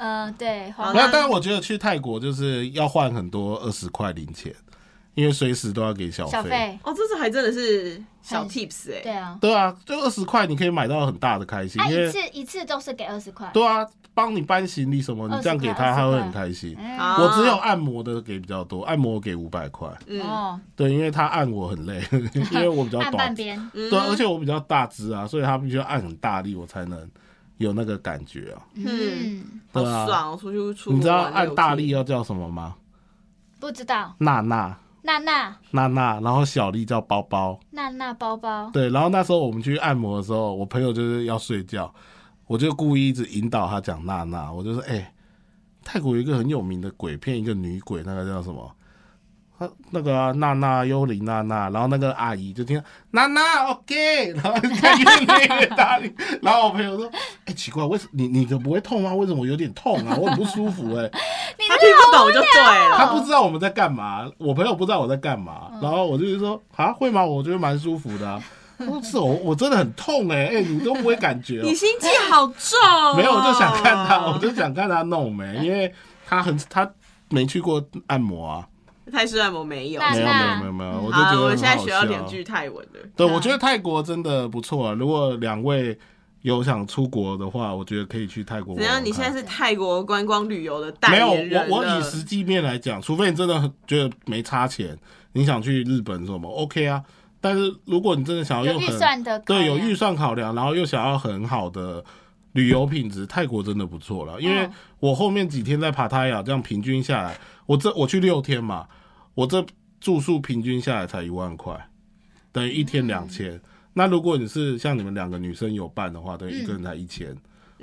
S1: 嗯，对，
S3: 好
S1: 黄
S2: 没有，
S3: 那
S2: 但是我觉得去泰国就是要换很多二十块零钱，因为随时都要给小
S1: 小
S2: 费。
S1: 费，
S3: 哦，这次还真的是小
S1: 很
S3: tips 哎、
S1: 对啊，
S2: 对啊，就二十块你可以买到很大的开心，
S1: 他一
S2: 因为
S1: 次一次都是给二十块，
S2: 对啊，帮你搬行李什么，你这样给
S1: 20块
S2: 他，他会很开心。
S1: 嗯，
S3: 啊
S2: 我只有按摩的给比较多，按摩我给五百块，
S3: 嗯
S1: 哦，
S2: 对，因为他按我很累， <laughs> 因为我比较
S1: 按
S2: 短
S1: 半，边，
S3: 嗯，
S2: 对，而且我比较大只啊，所以他必须要按很大力，我才能有那个感觉啊。
S1: 嗯，
S3: 好
S2: 对啊
S3: 爽哦，出去出国
S2: 你知道
S3: 玩
S2: 按大
S3: 有
S2: 力
S3: 趣
S2: 要叫什么吗？
S1: 不知道，
S2: 娜娜。
S1: 娜娜
S2: 娜娜，然后小丽叫包包，
S1: 娜娜包包，
S2: 对，然后那时候我们去按摩的时候，我朋友就是要睡觉，我就故意一直引导他讲娜娜，我就说，哎、泰国有一个很有名的鬼片，一个女鬼，那个叫什么？她那个啊娜娜幽灵娜娜，然后那个阿姨就听到娜娜 OK，然后她越来越大力， <laughs> 然后我朋友说，哎、奇怪，为什你你的不会痛吗？为什么我有点痛啊？我很不舒服哎、
S3: 他听不懂就对
S2: 他
S3: 了。
S2: 不知道我们在干嘛，我朋友不知道我在干嘛，
S3: 嗯
S2: 然后我就是说啊，会吗？我觉得蛮舒服
S3: <laughs>
S2: 的、啊。他说是哦，我真的很痛哎、欸、哎、你都不会感觉、哦
S3: 你。心机好重、哦，
S2: 没有，我就想看他，我就想看他弄没，
S3: 嗯
S2: 因为他很他没去过按摩啊，
S3: 泰式按摩没有。
S1: 那
S2: 没有没有没有没有，我就觉得
S3: 我
S2: 很
S3: 现在
S2: 好
S3: 学到
S2: 笑啊
S3: 两句泰文啊了。
S2: 对，我觉得泰国真的不错、啊。如果两位有想出国的话，我觉得可以去泰国玩
S3: 怎
S2: 玩看。
S3: 样？你现在是泰国观光旅游的代
S2: 没有，
S3: 言人
S2: 我我
S3: 了
S2: 以实际面来讲，除非你真的很觉得没差钱，你想去日本什么，OK 啊。但是如果你真的想要
S1: 有
S2: 用
S1: 预
S2: 很
S1: 算的，啊
S2: 对有预，算考量，然后又想要很好的旅游品质，泰国真的不错了。因为
S1: 嗯
S2: 我后面几天在帕塔亚这样平均下来，我这我去六天嘛，我这住宿平均下来才一万块，等于一天两千。那如果你是像你们两个女生有伴的话，等于一个人才一千。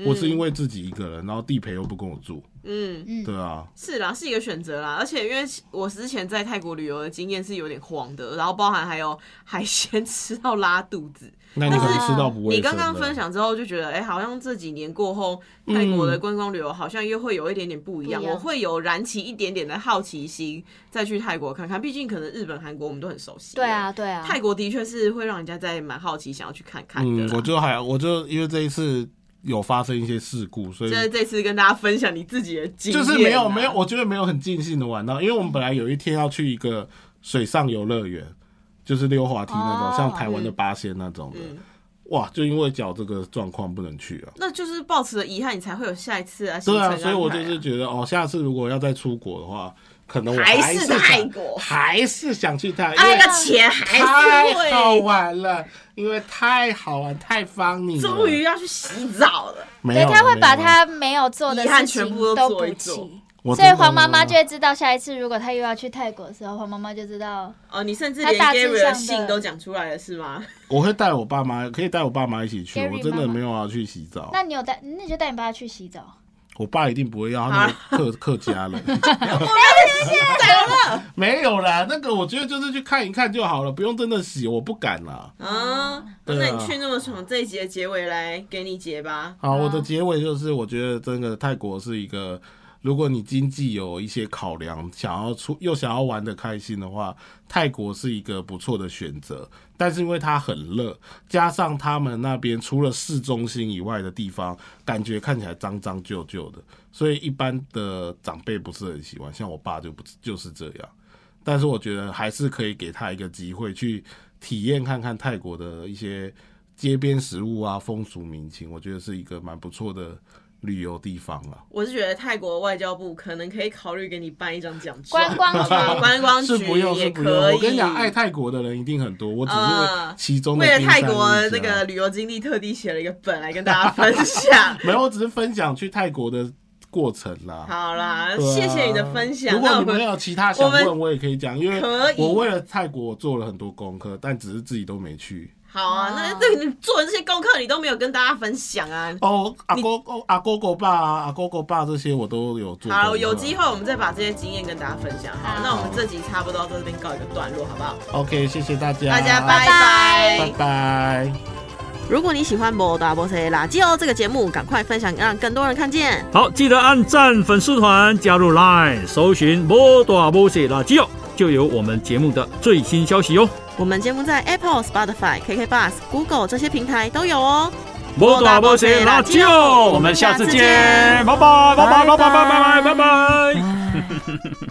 S2: 我是因为自己一个人，然后地陪又不跟我住，
S3: 嗯，
S1: 嗯，
S2: 对啊，
S3: 是啦，是一个选择啦。而且因为我之前在泰国旅游的经验是有点慌的，然后包含还有海鲜吃到拉肚子。
S2: 那你可能吃到不卫
S3: 你
S2: 生
S3: 刚
S2: 的。
S3: 刚分享之后就觉得，哎、好像这几年过后，泰国
S2: 嗯
S3: 的观光旅游好像又会有一点点不一样。
S1: 不一样
S3: 我会有燃起一点点的好奇心，再去泰国看看。毕竟可能日本、韩国我们都很熟悉。
S1: 对啊，，对啊，
S3: 泰国的确是会让人家在蛮好奇，想要去看看的啊
S2: 嗯
S3: 啦。，
S2: 我就还我就因为这一次有发生一些事故，所以
S3: 就是这次跟大家分享你自己的经验
S2: 嗯就
S3: 啊，
S2: 是没有没有，我觉得没有很尽兴的玩到，因为我们本来有一天要去一个水上游乐园，就是溜滑梯那种，
S1: 哦
S2: 像台湾的八仙那种的，
S3: 嗯
S2: 哇，就因为脚这个状况不能去啊。
S3: 那就是抱持了遗憾，你才会有下一次啊。
S2: 对
S3: 行程
S2: 啊，
S3: 安
S2: 所以我就
S3: 排啊
S2: 是觉得哦，下次如果要再出国的话，可能我
S3: 还
S2: 还
S3: 是
S2: 想
S3: 泰国
S2: 还是想去泰，因
S3: 啊，
S2: 为
S3: 那个钱还是
S2: 哎太好
S3: 会，
S2: 玩了，因为太好玩，太方你了。
S3: 终于要去洗澡了。
S2: 没
S1: 对，
S2: 有，
S1: 他会
S2: 没
S1: 把
S2: 有啊
S1: 他没有做的
S3: 遗憾
S1: 事情
S3: 全部都
S1: 都
S3: 做一
S1: 补
S3: 做
S1: 齐，
S2: 我
S1: 所以
S2: 真的
S1: 黄妈妈就会知道，下一次如果她又要去泰国的时候，黄妈妈就知道
S3: 哦，你甚至
S1: 他
S3: 连
S1: 大致
S3: Gary
S1: 上
S3: 的
S1: 的
S3: 姓都讲出来了是吗？
S2: 我会带我爸妈，可以带我爸妈一起去。
S1: Gary
S2: 我真
S1: 妈
S2: 的
S1: 妈
S2: 没有要去洗澡，
S1: 那你有带，那你就带你爸去洗澡。
S2: 我爸一定不会要，他
S1: 啊
S2: 那个客 <laughs> 客家人
S1: <laughs>
S2: 没有啦。那个我觉得就是去看一看就好了，不用真的洗，我不敢啦。
S3: 啊，
S2: 对啊
S3: 那你去那么爽，这一集的结尾来给你结吧。
S2: 好，
S1: 嗯
S2: 啊我的结尾就是，我觉得真的泰国是一个，如果你经济有一些考量，想要出又想要玩的开心的话，泰国是一个不错的选择。但是因为它很热，加上他们那边除了市中心以外的地方，感觉看起来脏脏旧旧的，所以一般的长辈不是很喜欢。像我爸就不就是这样。但是我觉得还是可以给他一个机会去体验看看泰国的一些街边食物啊、风俗民情，我觉得是一个蛮不错的旅游地方啊。
S3: 我是觉得泰国外交部可能可以考虑给你办一张奖状，
S1: 观光局
S2: <laughs>
S3: 好吧观光局
S2: 是不用，
S3: 也
S2: 是不
S3: 可
S2: 用。
S3: 以。呃
S2: 我跟你讲，爱泰国的人一定很多，我只是为其中的啊
S3: 为了
S2: 冰山
S3: 泰国
S2: 一角。
S3: 那个，旅游经历，特地写了一个本来跟大家分享
S2: <laughs> 没有，我只是分享去泰国的过程啦。
S3: 好啦，
S2: 对啊
S3: 谢谢你的分享。
S2: 如果
S3: 那我
S2: 你们
S3: 们
S2: 有其他想
S3: 我
S2: 问，我也可以讲，因为
S3: 可以
S2: 我为了泰国我做了很多功课，但只是自己都没去。
S3: 好啊，那
S1: 哦
S3: 对你做的这些功课，你都没有跟大家分享啊。
S2: 哦，阿哥哦阿哥哥爸啊，阿哥哥爸这些我都有做过。
S3: 好，有机会我们再把这些经验跟大家分享。好
S1: 好，
S3: 那我们这集差不多到这边告一个段落，好不好？
S2: OK，谢谢大家，
S3: 大家
S1: 拜
S3: 拜
S2: 拜拜。
S3: 如果你喜欢《摩达波塞垃圾哦》这个节目，赶快分享，让更多人看见。
S4: <laughs> 好，记得按赞粉丝团，加入 Line，搜寻“摩大摩西垃圾哦”，就有我们节目的最新消息哦。
S3: 我们节目在 Apple、Spotify、KK Bus、Google 这些平台都有哦。
S4: 摩大摩西垃圾哦哦，我们下次见，拜拜拜拜拜拜拜拜拜拜。